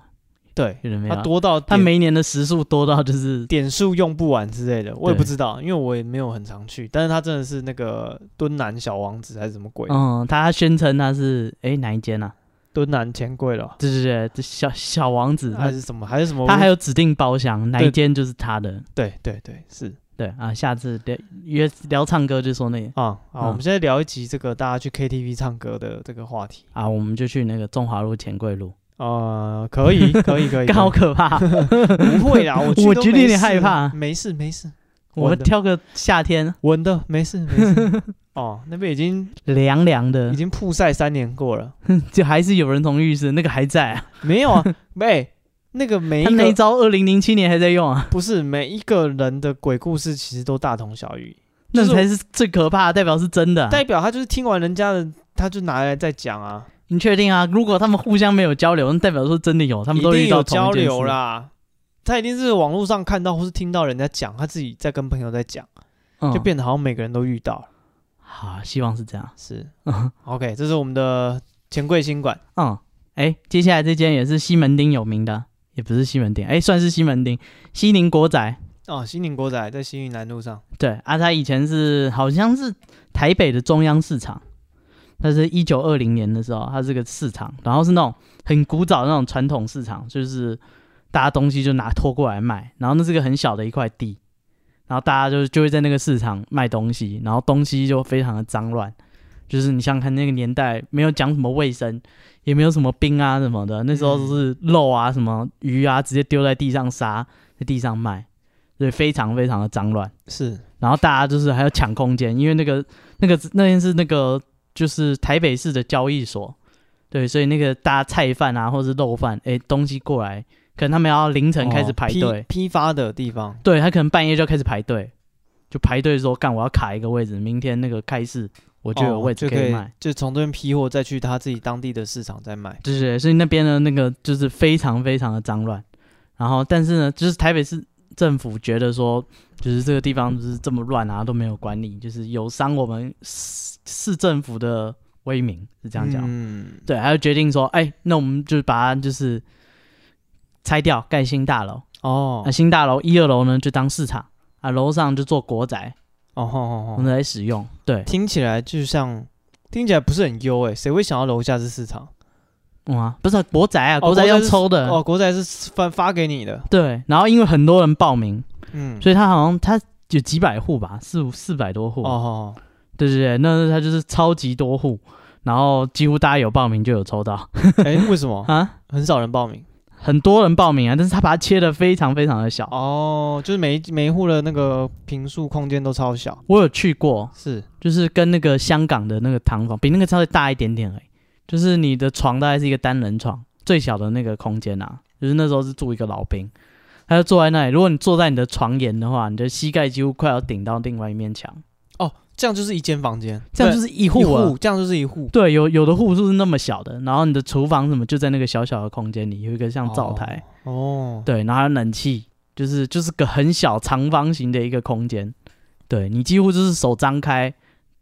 Speaker 1: 对
Speaker 2: 有人没有？啊
Speaker 1: 他多到
Speaker 2: 他
Speaker 1: 点
Speaker 2: 每一年的时数多到就是
Speaker 1: 点数用不完之类的，我也
Speaker 2: 对
Speaker 1: 不知道，因为我也没有很常去。但是他真的是那个敦南小王子还是什么鬼？
Speaker 2: 嗯，他宣称他是哎、哪一间啊？
Speaker 1: 敦南钱柜了
Speaker 2: 对对对，这小小王子，
Speaker 1: 还
Speaker 2: 嗯他
Speaker 1: 是什么还是什么？
Speaker 2: 他还有指定包厢，哪一
Speaker 1: 对
Speaker 2: 间就是他的。
Speaker 1: 对对对是
Speaker 2: 对啊，下次聊约聊唱歌就说那个
Speaker 1: 啊好，
Speaker 2: 嗯
Speaker 1: 我们现在聊一集这个大家去 KTV 唱歌的这个话题。
Speaker 2: 啊，我们就去那个中华路钱柜路，
Speaker 1: 呃，可以可以可
Speaker 2: [LAUGHS]
Speaker 1: 以，
Speaker 2: 干好
Speaker 1: 可
Speaker 2: 可
Speaker 1: [LAUGHS]
Speaker 2: 怕。
Speaker 1: 以不会
Speaker 2: [LAUGHS]
Speaker 1: 啦，我去
Speaker 2: 我
Speaker 1: 都
Speaker 2: 觉得
Speaker 1: 没
Speaker 2: 有点
Speaker 1: 事啊
Speaker 2: 害怕
Speaker 1: 没事没事，
Speaker 2: 我
Speaker 1: 稳
Speaker 2: 们
Speaker 1: 的
Speaker 2: 挑个夏天
Speaker 1: 稳的没事没
Speaker 2: [LAUGHS]
Speaker 1: 事。哦，那边已经
Speaker 2: 凉凉的
Speaker 1: 已，经曝晒三年过了。
Speaker 2: 就还是有人从浴室，那个还在啊，
Speaker 1: 没
Speaker 2: [LAUGHS]
Speaker 1: 有啊，喂，那个每
Speaker 2: 他
Speaker 1: 一
Speaker 2: 那一
Speaker 1: 个
Speaker 2: 招二零零七年还在用啊，
Speaker 1: 不是每一个人的鬼故事其实都大同小异，就
Speaker 2: 那
Speaker 1: 是
Speaker 2: 才是最可怕的，代表是真的啊、
Speaker 1: 代表他就是听完人家的，他就拿来再讲啊，
Speaker 2: 你确定啊？如果他们互相没有交流，那代表说真的有，他
Speaker 1: 他
Speaker 2: 们都遇
Speaker 1: 有
Speaker 2: 到
Speaker 1: 交
Speaker 2: 同一件事
Speaker 1: 流。啦。他一定是网络上看到或是听到人家讲，他自己在跟朋友在讲，
Speaker 2: 嗯
Speaker 1: 就变得好像每个人都遇到了。
Speaker 2: 好，希望是这样。 [LAUGHS]
Speaker 1: 是，OK，这是我们的钱柜新馆。
Speaker 2: 嗯，哎，接下来这间也是西门町有名的，也不是西门町，哎，算是西门町，西宁国仔。
Speaker 1: 哦，西宁国仔在西云南路上，
Speaker 2: 对，啊，它以前是好像是台北的中央市场，它是一九二零年的时候，它是个市场，然后是那种很古早的那种传统市场，就是大家东西就拿拖过来卖，然后那是个很小的一块地，然后大家就就会在那个市场卖东西，然后东西就非常的脏乱，就是你想想看那个年代没有讲什么卫生，也没有什么冰啊什么的，那时候
Speaker 1: 嗯
Speaker 2: 是肉啊什么鱼啊直接丢在地上杀，在地上卖，所以非常非常的脏乱。
Speaker 1: 是
Speaker 2: 然后大家就是还要抢空间，因为那个那个那边是那个就是台北市的交易所，对，所以那个大家菜贩啊或是肉贩，哎，东西过来，可能他们要凌晨开始
Speaker 1: 哦
Speaker 2: 排
Speaker 1: 批
Speaker 2: 队，
Speaker 1: 批发的地方，
Speaker 2: 对他可能半夜就开始排队，就排队说干我要卡一个位置，明天那个开市我就有
Speaker 1: 哦
Speaker 2: 位
Speaker 1: 就
Speaker 2: 置可
Speaker 1: 可
Speaker 2: 以
Speaker 1: 以
Speaker 2: 卖。
Speaker 1: 就从这边批货，再去他自己当地的市场再卖。
Speaker 2: 就是，所以那边的那个就是非常非常的脏乱。然后，但是呢，就是台北市政府觉得说，就是这个地方就是这么乱啊，都没有管理，就是有伤我们市市政府的威名，是这样讲。
Speaker 1: 嗯，
Speaker 2: 对，还有决定说，哎、那我们就把它就是拆掉，盖新大楼。
Speaker 1: 哦
Speaker 2: 那、，新大楼一二楼呢就当市场啊，楼上就做国宅，
Speaker 1: 哦吼吼
Speaker 2: 我
Speaker 1: 吼
Speaker 2: 们来使用。对，
Speaker 1: 听起来就像，听起来不是很优诶，欸谁会想要楼下是市场？
Speaker 2: 嗯啊，不是国宅啊，
Speaker 1: 哦
Speaker 2: 国宅
Speaker 1: 国宅
Speaker 2: 要
Speaker 1: 是
Speaker 2: 抽的。
Speaker 1: 哦，国仔是发发给你的，
Speaker 2: 对，然后因为很多人报名，
Speaker 1: 嗯，
Speaker 2: 所以他好像他有几百户吧，四五四百多户。
Speaker 1: 哦，哦，
Speaker 2: 对对对，那他就是超级多户，然后几乎大家有报名就有抽到
Speaker 1: 哦哎，为什么
Speaker 2: [LAUGHS] 啊，
Speaker 1: 很少人报名？
Speaker 2: 很多人报名啊，但是他把它切的非常非常的小。
Speaker 1: 哦，就是每一每一户的那个平数空间都超小，
Speaker 2: 我有去过，
Speaker 1: 是
Speaker 2: 就是跟那个香港的那个堂房比那个稍微大一点点而已，就是你的床大概是一个单人床，最小的那个空间啊，就是那时候是住一个老兵，他就坐在那里，如果你坐在你的床沿的话，你的膝盖几乎快要顶到另外一面墙，
Speaker 1: 哦，这样就是一间房间，
Speaker 2: 这样
Speaker 1: 对
Speaker 2: 就是一
Speaker 1: 一
Speaker 2: 户啊。
Speaker 1: 户，这样就是一户，
Speaker 2: 对，有有的户数是那么小的，然后你的厨房什么就在那个小小的空间里，有一个像灶台，
Speaker 1: 哦，
Speaker 2: 对，然后还有冷气，就是就是个很小长方形的一个空间，对你几乎就是手张开，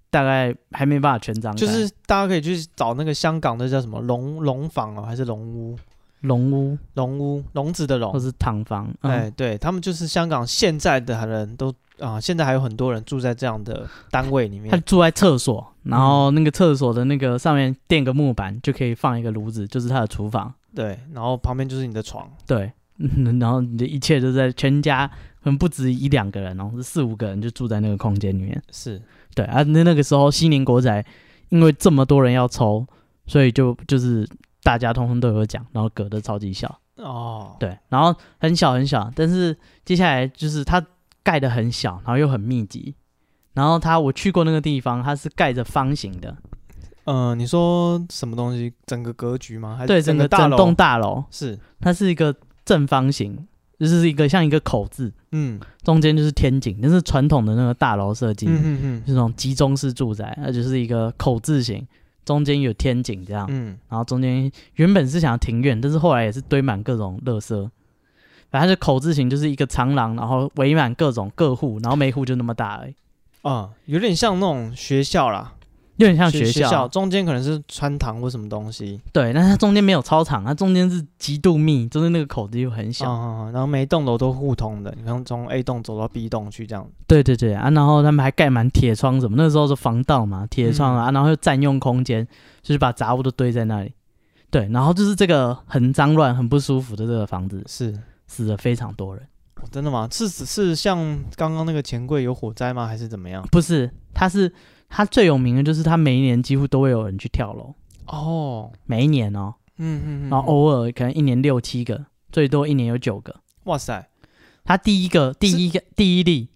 Speaker 2: 大概还没办法全张开，
Speaker 1: 就是大家可以去找那个香港的叫什么龙龙房哦，还是龙屋？
Speaker 2: 龙屋
Speaker 1: 龙屋，笼子的
Speaker 2: 或
Speaker 1: 笼。
Speaker 2: 是躺房，嗯、
Speaker 1: 哎，对他们就是香港现在的人都啊，现在还有很多人住在这样的单位里
Speaker 2: 他
Speaker 1: 面。
Speaker 2: 住在厕所，
Speaker 1: 嗯
Speaker 2: 然后那个厕所的那个上面垫个木板就可以放一个炉子，就是他的厨房，
Speaker 1: 对，然后旁边就是你的床。
Speaker 2: 对，嗯然后你的一切都在全家。可能不止一两个人哦，是四五个人就住在那个空间里面。
Speaker 1: 是，
Speaker 2: 对啊，那那个时候西宁国仔因为这么多人要抽，所以就就是大家通通都有奖，然后隔得超级小，
Speaker 1: 哦，
Speaker 2: 对，然后很小很小，但是接下来就是它盖的很小，然后又很密集，然后它我去过那个地方，它是盖着方形的，
Speaker 1: 嗯，你说什么东西？整个格局吗？还是
Speaker 2: 对，整
Speaker 1: 整
Speaker 2: 个
Speaker 1: 大
Speaker 2: 整
Speaker 1: 楼
Speaker 2: 栋大楼，
Speaker 1: 是，
Speaker 2: 它是一个正方形，就是一个像一个口字，
Speaker 1: 嗯，
Speaker 2: 中间就是天井，那是传统的那个大楼设计，
Speaker 1: 嗯嗯嗯
Speaker 2: 就是那种集中式住宅，它就是一个口字形，中间有天井这样。
Speaker 1: 嗯，
Speaker 2: 然后中间原本是想要庭院，但是后来也是堆满各种垃圾。反正它的口字形就是一个长廊，然后围满各种各户，然后每户就那么大而已，
Speaker 1: 啊，有点像那种学校啦，
Speaker 2: 有点像
Speaker 1: 学
Speaker 2: 学校。啊
Speaker 1: 中间可能是穿堂或什么东西，
Speaker 2: 对，但是它中间没有操场，它中间是极度密，就是那个口子又很小。
Speaker 1: 啊，然后每一栋楼都互通的，你看从 A 栋走到 B 栋去这样，
Speaker 2: 对对对啊，然后他们还盖满铁窗什么，那时候是防盗嘛，铁窗啊，然后又占用空间，就是把杂物都堆在那里。对，然后就是这个很脏乱、很不舒服的这个房子，
Speaker 1: 是。
Speaker 2: 死了非常多人。
Speaker 1: 哦真的吗？是只是像刚刚那个钱柜有火灾吗？还是怎么样？
Speaker 2: 不是，他是他最有名的就是他每一年几乎都会有人去跳楼，
Speaker 1: 哦，
Speaker 2: 每一年哦，
Speaker 1: 嗯嗯嗯，
Speaker 2: 然后偶尔可能一年六七个，最多一年有九个。
Speaker 1: 哇塞，
Speaker 2: 他第一个第一个第一例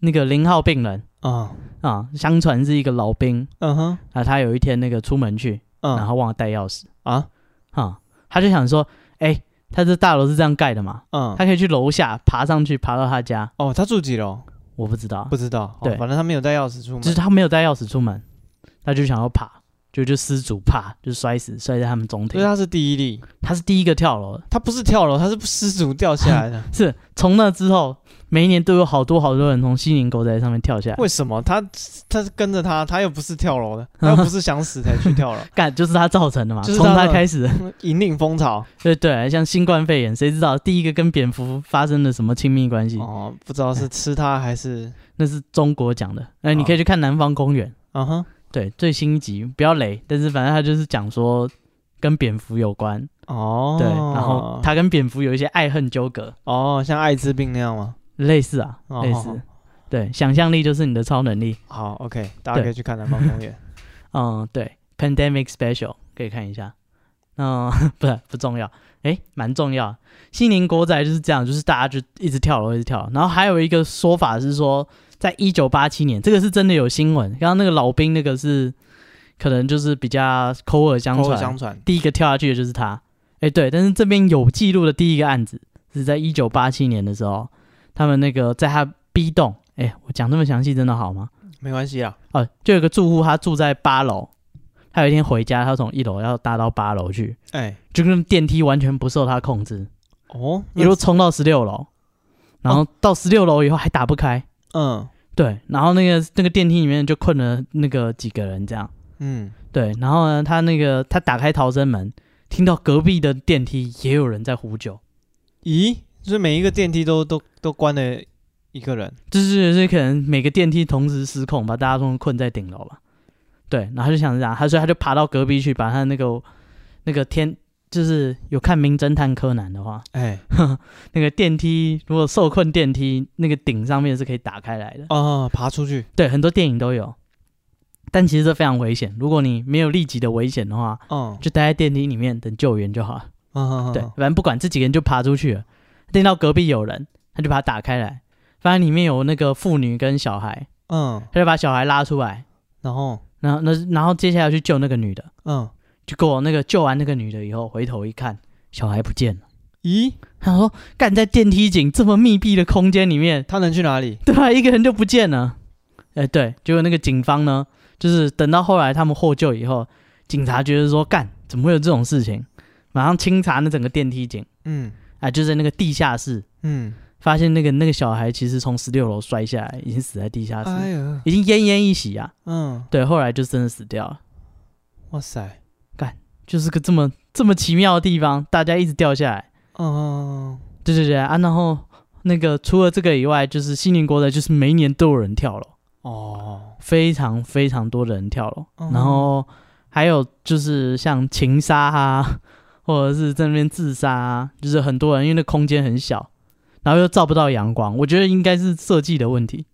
Speaker 2: 那个零号病人
Speaker 1: 啊，
Speaker 2: 啊，相传是一个老兵
Speaker 1: 嗯哼，
Speaker 2: 啊，他有一天那个出门去，
Speaker 1: 嗯，
Speaker 2: 然后忘了带钥匙
Speaker 1: 啊，
Speaker 2: 啊，他就想说，哎，他这大楼是这样盖的嘛，
Speaker 1: 嗯，
Speaker 2: 他可以去楼下爬上去，爬到他家，
Speaker 1: 哦，他住几楼？
Speaker 2: 我不知道
Speaker 1: 不，知道，哦
Speaker 2: 对
Speaker 1: 反正他没有带钥匙出门，
Speaker 2: 就是他没有带钥匙出门，他就想要爬，就就失足啪就摔死，摔在他们中
Speaker 1: 所以
Speaker 2: 庭。
Speaker 1: 他是第一例，
Speaker 2: 他是第一个跳楼的，
Speaker 1: 他不是跳楼，他是失足掉下
Speaker 2: [LAUGHS]
Speaker 1: 来的。
Speaker 2: 是从那之后，每一年都有好多好多人从西宁狗仔上面跳下来。
Speaker 1: 为什么他他是跟着他，他又不是跳楼
Speaker 2: [LAUGHS]
Speaker 1: 的，他又不是想死才去跳楼， [LAUGHS]
Speaker 2: 干就是他造成的嘛，
Speaker 1: 就是
Speaker 2: 从
Speaker 1: 他
Speaker 2: 他
Speaker 1: 的
Speaker 2: 开始，
Speaker 1: 引领风潮
Speaker 2: [LAUGHS] 对对，像新冠肺炎，谁知道第一个跟蝙蝠发生了什么亲密关系？
Speaker 1: 哦，不知道是吃他还是
Speaker 2: 那是中国讲的，那
Speaker 1: 哦
Speaker 2: 你可以去看《南方公园》，
Speaker 1: 啊哈，
Speaker 2: 对，最新一集不要雷，但是反正他就是讲说跟蝙蝠有关，
Speaker 1: 哦，
Speaker 2: 对，然后他跟蝙蝠有一些爱恨纠葛，
Speaker 1: 哦，像艾滋病那样吗？
Speaker 2: 类似啊，
Speaker 1: 哦
Speaker 2: 类似，对，想象力就是你的超能力，
Speaker 1: 好，OK，大家可以去看南方公园。
Speaker 2: 嗯，对，Pandemic Special 可以看一下，嗯， [LAUGHS] 不是不重要，诶，蛮重要。西宁国仔就是这样，就是大家就一直跳楼，一直跳楼。然后还有一个说法是说，在一九八七年，这个是真的有新闻。刚刚那个老兵那个是，可能就是比较口耳 [LAUGHS] 相
Speaker 1: 口耳
Speaker 2: 传，
Speaker 1: 相传，
Speaker 2: 第一个跳下去的就是他。哎，对，但是这边有记录的第一个案子是在一九八七年的时候，他们那个在他 B 栋，哎，我讲这么详细真的好吗？
Speaker 1: 没关系啊。
Speaker 2: 哦，就有个住户他住在八楼，他有一天回家，他从一楼要搭到八楼去，
Speaker 1: 哎，
Speaker 2: 就跟电梯完全不受他控制，
Speaker 1: 哦，
Speaker 2: 一路冲到十六楼，然后到十六楼以后还打不开，
Speaker 1: 嗯
Speaker 2: 对，然后那个那个电梯里面就困了那个几个人这样，
Speaker 1: 嗯，
Speaker 2: 对，然后呢，他那个他打开逃生门，听到隔壁的电梯也有人在呼救，
Speaker 1: 咦，就是每一个电梯都都都关了一个人，
Speaker 2: 就是就是可能每个电梯同时失控，把大家都困在顶楼吧。对，然后他就想这样，他所以他就爬到隔壁去，把他那个那个天，就是有看《名侦探柯南》的话，
Speaker 1: 哎，
Speaker 2: 那个电梯如果受困电梯，那个顶上面是可以打开来的。
Speaker 1: 哦，爬出去，
Speaker 2: 对，很多电影都有，但其实这非常危险。如果你没有立即的危险的话，
Speaker 1: 嗯，
Speaker 2: 就待在电梯里面等救援就好了。
Speaker 1: 嗯
Speaker 2: 对，，反正不管这几个人就爬出去了，听到隔壁有人，他就把它打开来，发现里面有那个妇女跟小孩。
Speaker 1: 嗯，
Speaker 2: 他就把小孩拉出来，
Speaker 1: 然后，
Speaker 2: 然后那然后接下来去救那个女的，
Speaker 1: 嗯，
Speaker 2: 结果那个救完那个女的以后，回头一看，小孩不见了。
Speaker 1: 咦，
Speaker 2: 他说：“干在电梯井这么密闭的空间里面，
Speaker 1: 他能去哪里？
Speaker 2: 对吧？一个人就不见了。” [LAUGHS] 哎，对，结果那个警方呢，就是等到后来他们获救以后，警察觉得说：“干，怎么会有这种事情？”马上清查那整个电梯井，
Speaker 1: 嗯
Speaker 2: 啊，就在那个地下室，
Speaker 1: 嗯，
Speaker 2: 发现那个那个小孩其实从十六楼摔下来，已经死在地下室，
Speaker 1: 哎呀，
Speaker 2: 已经奄奄一息啊。
Speaker 1: 嗯，
Speaker 2: 对，后来就真的死掉了。
Speaker 1: 哇塞，
Speaker 2: 就是个这么这么奇妙的地方，大家一直掉下来。
Speaker 1: 嗯，
Speaker 2: 对对对啊，然后那个除了这个以外，就是西宁国的，就是每一年都有人跳楼，
Speaker 1: 哦，
Speaker 2: 非常非常多的人跳楼。
Speaker 1: 嗯
Speaker 2: 然后还有就是像情杀啊，或者是在那边自杀啊，就是很多人因为那空间很小，然后又照不到阳光，我觉得应该是设计的问题。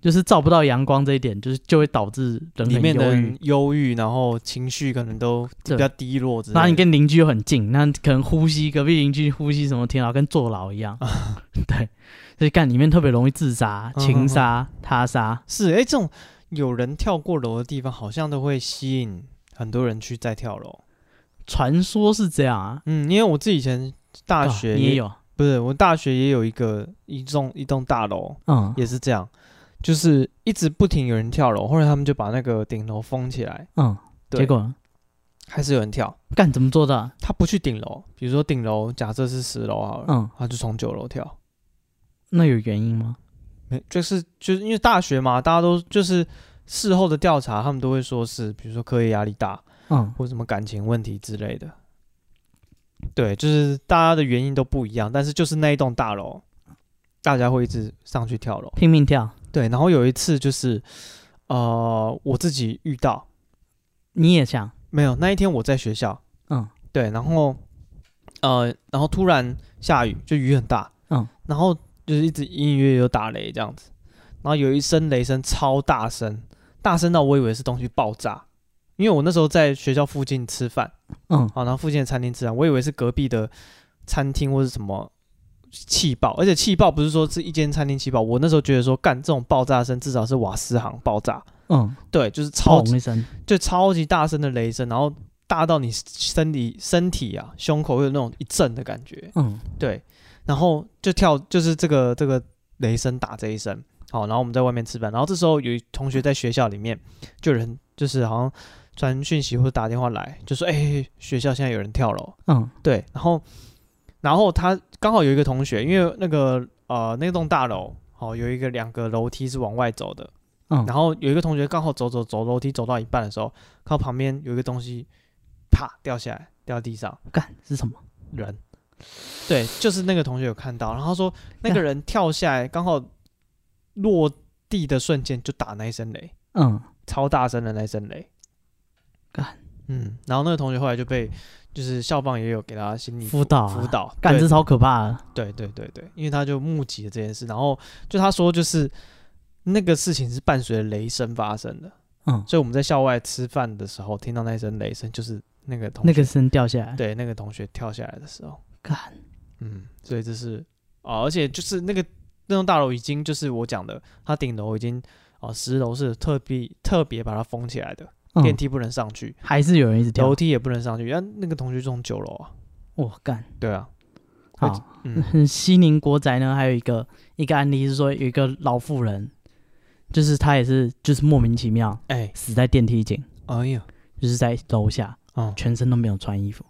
Speaker 2: 就是照不到阳光这一点，就是就会导致人
Speaker 1: 里
Speaker 2: 很
Speaker 1: 面的
Speaker 2: 忧郁，
Speaker 1: 人忧郁，然后情绪可能都比
Speaker 2: 对
Speaker 1: 较低落之类的，
Speaker 2: 然后你跟邻居又很近，那可能呼吸隔壁邻居呼吸什么天牢跟坐牢一
Speaker 1: [LAUGHS]
Speaker 2: 样，对，所以干里面特别容易自杀、
Speaker 1: 嗯
Speaker 2: 情杀、他杀，
Speaker 1: 是，哎、这种有人跳过楼的地方，好像都会吸引很多人去再跳楼。
Speaker 2: 传说是这样啊。
Speaker 1: 嗯，因为我自己以前大
Speaker 2: 哦
Speaker 1: 学
Speaker 2: 你也，有，
Speaker 1: 不是我大学也有一个一栋一栋大楼，
Speaker 2: 嗯
Speaker 1: 也是这样，就是一直不停有人跳楼，后来他们就把那个顶楼封起来，
Speaker 2: 嗯，
Speaker 1: 对
Speaker 2: 结果呢
Speaker 1: 还是有人跳。
Speaker 2: 干怎么做到？
Speaker 1: 他不去顶楼，比如说顶楼假设是十楼好了，
Speaker 2: 嗯，
Speaker 1: 他就从九楼跳。
Speaker 2: 那有原因吗？
Speaker 1: 没，就是就是因为大学嘛，大家都就是事后的调查，他们都会说是，比如说课业压力大，
Speaker 2: 嗯，
Speaker 1: 或什么感情问题之类的。对，就是大家的原因都不一样，但是就是那一栋大楼，大家会一直上去跳楼。
Speaker 2: 拼命跳，
Speaker 1: 对，然后有一次就是，呃，我自己遇到，
Speaker 2: 你也想，
Speaker 1: 没有那一天我在学校，
Speaker 2: 嗯
Speaker 1: 对，然后呃，然后突然下雨，就雨很大，
Speaker 2: 嗯，
Speaker 1: 然后就是一直隐隐约约有打雷这样子，然后有一声雷声超大声，大声到我以为是东西爆炸，因为我那时候在学校附近吃饭。
Speaker 2: 嗯
Speaker 1: 好，然后附近的餐厅吃啊完，我以为是隔壁的餐厅或是什么气爆，而且气爆不是说是一间餐厅气爆，我那时候觉得说干这种爆炸声至少是瓦斯行爆炸，
Speaker 2: 嗯，
Speaker 1: 对，就是超级
Speaker 2: 砰一声，
Speaker 1: 就超级大声的雷声，然后大到你身体身体啊胸口会有那种一震的感觉，
Speaker 2: 嗯
Speaker 1: 对，然后就跳就是这个这个雷声打这一声，好，然后我们在外面吃饭，然后这时候有一同学在学校里面就有人就是好像传讯息或者打电话来，就说：“哎、学校现在有人跳楼。
Speaker 2: 嗯”
Speaker 1: 对，然后然后他刚好有一个同学，因为那个呃那栋大楼哦有一个两个楼梯是往外走的，
Speaker 2: 嗯，
Speaker 1: 然后有一个同学刚好走走走楼梯走到一半的时候，看到旁边有一个东西啪掉下来掉地上，
Speaker 2: 干是什么？
Speaker 1: 人，对，就是那个同学有看到，然后他说那个人跳下来，刚好落地的瞬间就打那一声雷，
Speaker 2: 嗯，
Speaker 1: 超大声的那一声雷。
Speaker 2: 干，
Speaker 1: 嗯，然后那个同学后来就被，就是校方也有给他心理
Speaker 2: 辅导啊
Speaker 1: 辅导，
Speaker 2: 干这
Speaker 1: 对
Speaker 2: 超可怕的。
Speaker 1: 对对对对，因为他就目击了这件事，然后就他说就是那个事情是伴随着雷声发生的，
Speaker 2: 嗯，
Speaker 1: 所以我们在校外吃饭的时候听到那一声雷声，就是那个同
Speaker 2: 那
Speaker 1: 学
Speaker 2: 个声掉下来，，
Speaker 1: 对那个同学跳下来的时候。
Speaker 2: 干，
Speaker 1: 嗯，所以这是哦，而且就是那个那栋大楼已经就是我讲的，它顶楼已经哦十楼是特别特别把它封起来的，
Speaker 2: 嗯啊
Speaker 1: 电梯不能上去，
Speaker 2: 还是有人一直
Speaker 1: 楼
Speaker 2: 掉。
Speaker 1: 梯也不能上去。那啊那个同学就从九楼啊，
Speaker 2: 我干，
Speaker 1: 对啊，会
Speaker 2: 好， [LAUGHS]
Speaker 1: 嗯
Speaker 2: 西宁国宅呢，还有一个一个案例是说，有一个老妇人，就是她也是就是莫名其妙
Speaker 1: 哎
Speaker 2: 死在电梯井，
Speaker 1: 哎呀，
Speaker 2: 就是在楼下，
Speaker 1: 哦，
Speaker 2: 全身都没有穿衣服，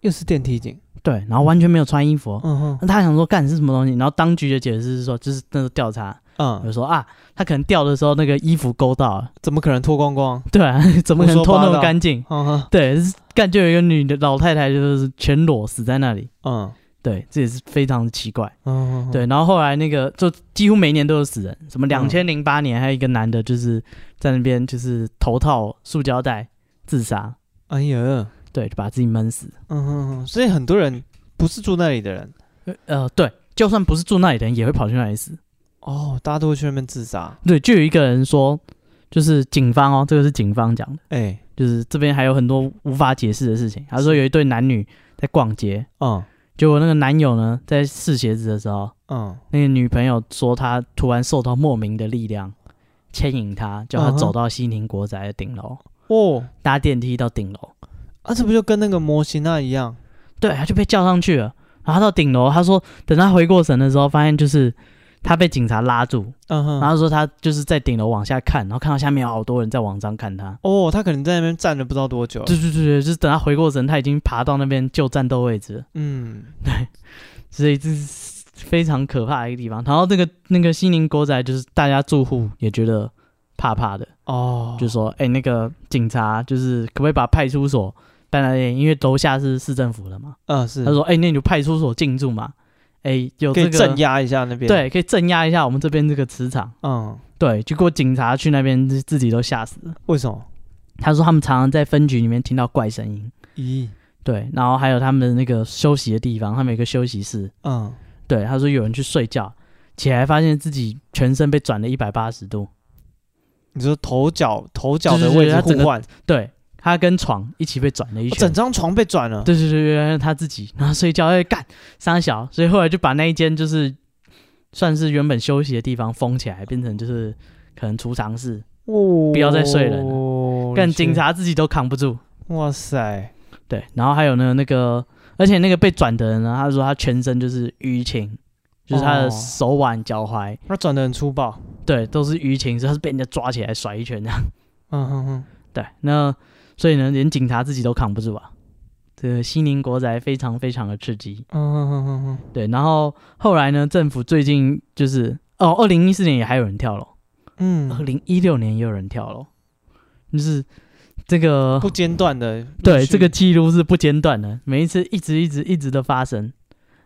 Speaker 1: 又是电梯井，
Speaker 2: 对，然后完全没有穿衣服哦。
Speaker 1: 嗯哼
Speaker 2: 那他想说干是什么东西，然后当局的解释是说，就是那个调查，
Speaker 1: 嗯，
Speaker 2: 就说啊，他可能掉的时候那个衣服勾到了，
Speaker 1: 怎么可能脱光光？
Speaker 2: 对啊， [LAUGHS] 怎么可能
Speaker 1: 胡说
Speaker 2: 脱
Speaker 1: 八
Speaker 2: 那么
Speaker 1: 道
Speaker 2: 干净？
Speaker 1: 嗯哼
Speaker 2: 对，是干就有一个女的老太太就是全裸死在那里，
Speaker 1: 嗯
Speaker 2: 对，这也是非常奇怪。
Speaker 1: 嗯，嗯，
Speaker 2: 对，然后后来那个就几乎每年都有死人，什么两
Speaker 1: 嗯
Speaker 2: 千零八年还有一个男的，就是在那边就是头套塑胶袋自杀，
Speaker 1: 哎呀，
Speaker 2: 对，就把自己闷死。
Speaker 1: 嗯哼哼，所以很多人不是住那里的人
Speaker 2: 呃，对，就算不是住那里的人，也会跑去那里死。
Speaker 1: 哦，大家都会去那边自杀，
Speaker 2: 对，就有一个人说，就是警方哦，这个是警方讲的，
Speaker 1: 哎，
Speaker 2: 就是这边还有很多无法解释的事情。他说有一对男女在逛街，
Speaker 1: 嗯
Speaker 2: 结果那个男友呢在试鞋子的时候，
Speaker 1: 嗯
Speaker 2: 那个女朋友说她突然受到莫名的力量牵引她，叫
Speaker 1: 嗯
Speaker 2: 她
Speaker 1: 哼
Speaker 2: 走到西宁国宅的顶楼，
Speaker 1: 哦。
Speaker 2: 搭电梯到顶楼，
Speaker 1: 啊，这不就跟那个模型那一样？
Speaker 2: 对，她就被叫上去了。然后她到顶楼，她说等她回过神的时候，发现就是她被警察拉住，
Speaker 1: 嗯哼，
Speaker 2: 然后她说她就是在顶楼往下看，然后看到下面有好多人在往上看她。
Speaker 1: 哦，他可能在那边站了不知道多久。
Speaker 2: 对对对对，就是等她回过神，她已经爬到那边就战斗位置了，
Speaker 1: 嗯，
Speaker 2: 所以这是非常可怕的一个地方。然后那个那个西宁国宅，就是大家住户也觉得怕怕的。
Speaker 1: 哦，
Speaker 2: 就说：“哎、那个警察就是可不可以把派出所搬来这里？因为楼下是市政府的嘛。”
Speaker 1: 嗯是，
Speaker 2: 他说：“哎、那你就派出所进驻嘛，哎、有
Speaker 1: 可
Speaker 2: 这
Speaker 1: 以
Speaker 2: 个
Speaker 1: 镇压一下那边。，
Speaker 2: 对，可以镇压一下我们这边这个磁场。
Speaker 1: 嗯，”
Speaker 2: 对，结果警察去那边自自己都吓死了。
Speaker 1: 为什么？
Speaker 2: 他说他们常常在分局里面听到怪声音，
Speaker 1: 咦，
Speaker 2: 对，然后还有他们的那个休息的地方，他们有个休息室，
Speaker 1: 嗯，
Speaker 2: 对，他说有人去睡觉，起来发现自己全身被转了一百八十度，
Speaker 1: 你说头脚头脚的
Speaker 2: 就是
Speaker 1: 位置
Speaker 2: 他整
Speaker 1: 互
Speaker 2: 个
Speaker 1: 换，
Speaker 2: 对他跟床一起被转了一
Speaker 1: 哦
Speaker 2: 圈
Speaker 1: 整，张床被转了。
Speaker 2: 对对对对，原来是他自己，然后睡觉会干三小，所以后来就把那一间就是算是原本休息的地方封起来，变成就是可能储藏室，
Speaker 1: 哦
Speaker 2: 不要再睡了
Speaker 1: 了
Speaker 2: 干警。察自己都扛不住。
Speaker 1: 哇塞，
Speaker 2: 对，然后还有呢那个，而且那个被转的人呢，他说他全身就是淤青，就是他
Speaker 1: 哦
Speaker 2: 的手腕、脚踝，
Speaker 1: 他转的很粗暴。
Speaker 2: 对，都是淤青，所以他是被人家抓起来甩一拳这样。
Speaker 1: 嗯哼哼，
Speaker 2: 对，那所以呢，连警察自己都扛不住啊。这个西宁国宅非常非常的刺激。
Speaker 1: 嗯哼哼哼哼，
Speaker 2: 对，然后后来呢，政府最近就是哦，二零一四年也还有人跳楼，二
Speaker 1: 嗯，
Speaker 2: 零一六年也有人跳楼，就是这个
Speaker 1: 不间断的。
Speaker 2: [LAUGHS] 对这个，记录是不间断的，每一次一直一直一直的发生。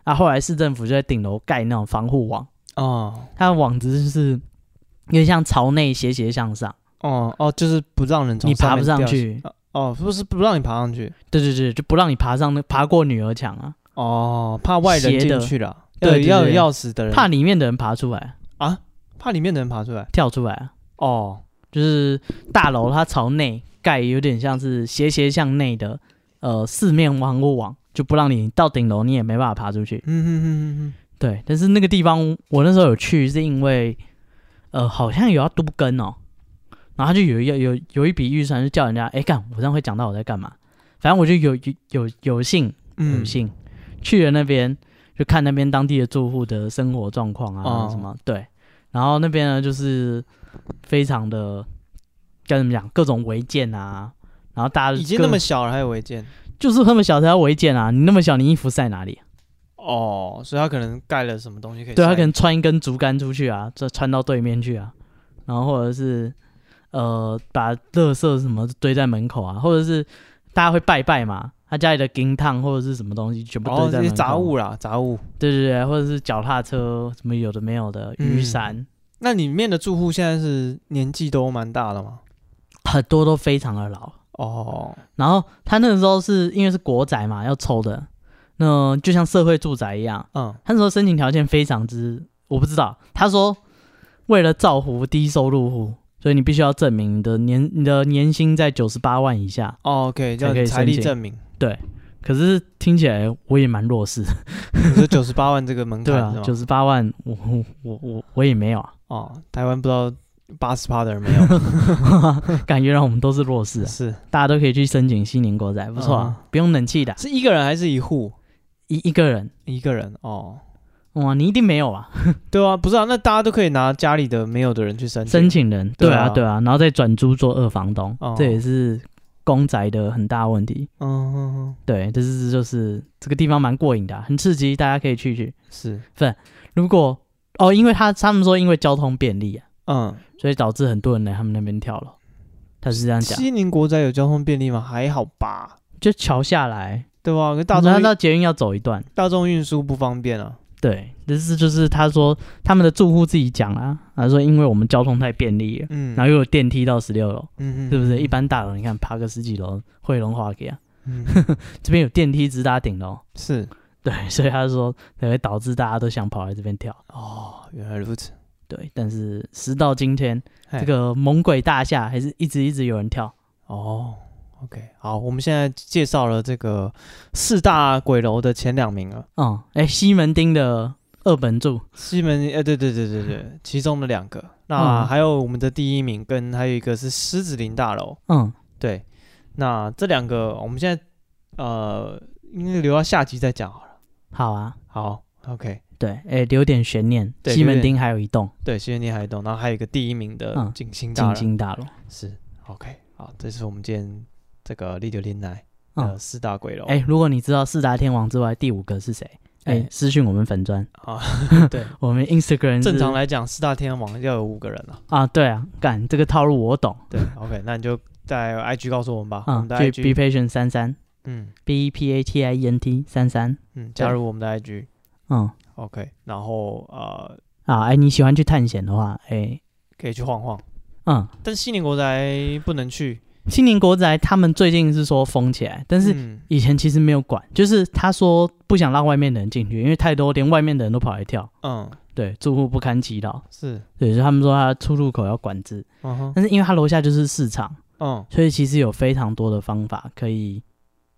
Speaker 2: 啊，后来市政府就在顶楼盖那种防护网，
Speaker 1: 哦
Speaker 2: 它的网子就是有点像朝内斜斜向上，
Speaker 1: 哦哦，就是不让人从
Speaker 2: 你爬
Speaker 1: 面
Speaker 2: 不上
Speaker 1: 掉下。
Speaker 2: 去。
Speaker 1: 哦，不是不让你爬上去。
Speaker 2: 对对对，就不让你爬上那爬过女儿墙啊，
Speaker 1: 哦，怕外人
Speaker 2: 斜
Speaker 1: 进
Speaker 2: 的
Speaker 1: 去了，
Speaker 2: 对对
Speaker 1: 要
Speaker 2: 对
Speaker 1: 要有钥匙的人，
Speaker 2: 怕里面的人爬出来
Speaker 1: 啊，怕里面的人爬出来。
Speaker 2: 跳出来啊。
Speaker 1: 哦，
Speaker 2: 就是大楼它朝内盖，有点像是斜斜向内的，呃，四面防护网，就不让你到顶楼，你也没办法爬出去。
Speaker 1: 嗯哼哼哼
Speaker 2: 对，但是那个地方我那时候有去，是因为呃，好像有要都更哦，然后他就有一有有一笔预算，就叫人家，哎，干，我这样会讲到我在干嘛？反正我就有有有有幸
Speaker 1: 哼，
Speaker 2: 有幸、去了那边，就看那边当地的住户的生活状况啊、
Speaker 1: 哦
Speaker 2: 什么，对，然后那边呢就是非常的该怎么讲，各种违建啊，然后大家
Speaker 1: 已经
Speaker 2: 各
Speaker 1: 那么小了还有违建
Speaker 2: 就是那么小才要违建啊，你那么小，你衣服晒哪里？
Speaker 1: 哦，所以他可能盖了什么东西可以晒？
Speaker 2: 对他可能穿一根竹竿出去啊，这穿到对面去啊，然后或者是呃把垃圾什么堆在门口啊，或者是大家会拜拜嘛，他家里的金烫或者是什么东西全部
Speaker 1: 哦
Speaker 2: 堆在
Speaker 1: 这
Speaker 2: 门
Speaker 1: 些
Speaker 2: 口，啊
Speaker 1: 杂物啦，杂物。
Speaker 2: 对对对，或者是脚踏车什么有的没有的雨
Speaker 1: 嗯
Speaker 2: 伞，
Speaker 1: 那里面的住户现在是年纪都蛮大了嘛？
Speaker 2: 很多都非常的老。
Speaker 1: 哦，
Speaker 2: 然后他那个时候是因为是国宅嘛，要抽的，那就像社会住宅一样，
Speaker 1: 嗯，
Speaker 2: 他那时候申请条件非常之，我不知道。他说，为了造福低收入户，所以你必须要证明你的年你的年薪在九十八万以下。
Speaker 1: 哦，OK，叫
Speaker 2: 才可以
Speaker 1: 财力
Speaker 2: 申请
Speaker 1: 证明，
Speaker 2: 可是听起来我也蛮弱势的，
Speaker 1: 可
Speaker 2: [LAUGHS]
Speaker 1: 是九十八万这个门
Speaker 2: 对
Speaker 1: 槛
Speaker 2: 啊
Speaker 1: [LAUGHS] 是，
Speaker 2: 九
Speaker 1: 吗？
Speaker 2: 十八万，我我我我我也没有啊，
Speaker 1: 哦，台湾不知道八十趴的人没
Speaker 2: [LAUGHS]
Speaker 1: 有，
Speaker 2: 感觉让我们都是弱势啊。
Speaker 1: 是
Speaker 2: 大家都可以去申请新年国宅，不错啊，不用冷气的，
Speaker 1: 是一个人还是一户？
Speaker 2: 一一个人，
Speaker 1: 一个人哦，
Speaker 2: 哇，你一定没有啊，
Speaker 1: 对啊，不是啊，那大家都可以拿家里的没有的人去申请，
Speaker 2: 申请人，
Speaker 1: 对
Speaker 2: 对
Speaker 1: 啊
Speaker 2: 啊对啊，然后再转租做二房东
Speaker 1: 哦，
Speaker 2: 这也是公宅的很大问题。
Speaker 1: 嗯，嗯嗯，
Speaker 2: 对，这是就是这个地方蛮过瘾的啊、很刺激，大家可以去去。
Speaker 1: 是，
Speaker 2: 如果哦，因为他他们说因为交通便利啊，
Speaker 1: 嗯，
Speaker 2: 所以导致很多人来他们那边跳楼。他是这样讲，
Speaker 1: 西宁国宅有交通便利吗？还好吧，
Speaker 2: 就桥下来，
Speaker 1: 对吧？跟大
Speaker 2: 大
Speaker 1: 众
Speaker 2: 他
Speaker 1: 运
Speaker 2: 到捷运要走一段。
Speaker 1: 大众运输不方便啊，
Speaker 2: 对，这是就是他说他们的住户自己讲啦、他说因为我们交通太便利了，
Speaker 1: 嗯，
Speaker 2: 然后又有电梯到十六楼，
Speaker 1: 嗯嗯，
Speaker 2: 是不是？一般大楼你看爬个十几楼，会龙华给啊， [LAUGHS]
Speaker 1: 嗯
Speaker 2: 这边有电梯直达顶楼。 [LAUGHS]
Speaker 1: 是
Speaker 2: 对，所以他说才会导致大家都想跑来这边跳。
Speaker 1: 哦，原来如此，
Speaker 2: 对，但是时到今天，
Speaker 1: 嘿
Speaker 2: 这个猛鬼大厦还是一直一直有人跳。
Speaker 1: 哦，OK，好，我们现在介绍了这个四大鬼楼的前两名了，
Speaker 2: 嗯，哎，西门町的二本柱，
Speaker 1: 西门，呃，对对对对对，其中的两个，那
Speaker 2: 嗯
Speaker 1: 还有我们的第一名跟还有一个是狮子林大楼，
Speaker 2: 嗯，
Speaker 1: 对，那这两个我们现在呃，应该留到下集再讲好了。
Speaker 2: 好啊，
Speaker 1: 好，OK，
Speaker 2: 对，哎，留点悬念。
Speaker 1: 对
Speaker 2: 西
Speaker 1: 留
Speaker 2: 门
Speaker 1: 点
Speaker 2: 町还有一栋
Speaker 1: 对，谢谢你海东，然后还有一个第一名的
Speaker 2: 嗯
Speaker 1: 景星大
Speaker 2: 静
Speaker 1: 楼，
Speaker 2: 心大楼。
Speaker 1: 是 OK，好，这是我们今天这个利丢林奶的
Speaker 2: 嗯，
Speaker 1: 四大鬼楼，
Speaker 2: 哎，如果你知道四大天王之外第五个是谁，哎
Speaker 1: 哎，
Speaker 2: 私讯我们粉砖，
Speaker 1: 啊，对。
Speaker 2: 我们 Instagram 是
Speaker 1: 正常来讲，四大天王要有五个人啊。
Speaker 2: 啊，对啊，干这个套路我懂
Speaker 1: 对，OK，那你就在 IG 告诉我们吧，我
Speaker 2: 啊
Speaker 1: 们的，
Speaker 2: 去 be
Speaker 1: IG，
Speaker 2: patient 三三
Speaker 1: 嗯
Speaker 2: b e p a t i e n t 三三，
Speaker 1: 嗯，加入我们的 IG。
Speaker 2: 嗯
Speaker 1: OK，然后呃，
Speaker 2: 啊，哎，你喜欢去探险的话，哎，
Speaker 1: 可以去晃晃，
Speaker 2: 嗯，
Speaker 1: 但西宁国宅不能去，
Speaker 2: 青年国宅他们最近是说封起来，但是
Speaker 1: 嗯
Speaker 2: 以前其实没有管，就是他说不想让外面的人进去，因为太多，连外面的人都跑来跳，
Speaker 1: 嗯
Speaker 2: 对，住户不堪其扰，
Speaker 1: 是，
Speaker 2: 对，所以他们说他出入口要管制，
Speaker 1: 嗯哼，
Speaker 2: 但是因为他楼下就是市场，
Speaker 1: 嗯
Speaker 2: 所以其实有非常多的方法可以，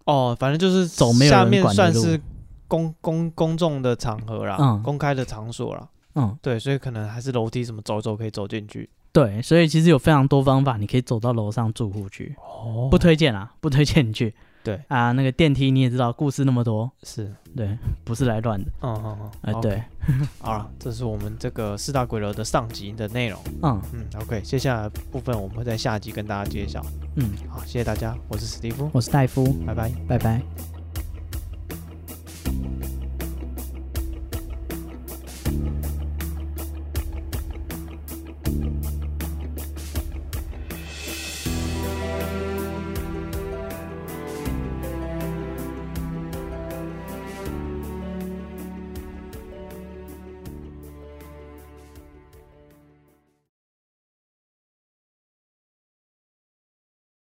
Speaker 1: 哦，反正就是
Speaker 2: 走没有
Speaker 1: 下
Speaker 2: 人
Speaker 1: 面
Speaker 2: 管
Speaker 1: 算
Speaker 2: 的路
Speaker 1: 是公公公众的场合啦，
Speaker 2: 嗯
Speaker 1: 公开的场所啦。
Speaker 2: 嗯，
Speaker 1: 对，所以可能还是楼梯什么走走可以走进去。
Speaker 2: 对，所以其实有非常多方法，你可以走到楼上住户去，
Speaker 1: 哦
Speaker 2: 不推荐啊，不推荐你去，
Speaker 1: 对
Speaker 2: 啊，那个电梯你也知道，故事那么多，
Speaker 1: 是，
Speaker 2: 对，不是来乱的，
Speaker 1: 嗯嗯
Speaker 2: 哎、
Speaker 1: 嗯，好，
Speaker 2: 对，
Speaker 1: 好了，这是我们这个四大鬼楼的上集的内容。
Speaker 2: 嗯
Speaker 1: 嗯，OK，接下来部分我们会在下集跟大家揭晓。
Speaker 2: 嗯，
Speaker 1: 好，谢谢大家，我是史蒂夫，
Speaker 2: 我是戴夫，
Speaker 1: 拜拜。
Speaker 2: 拜拜。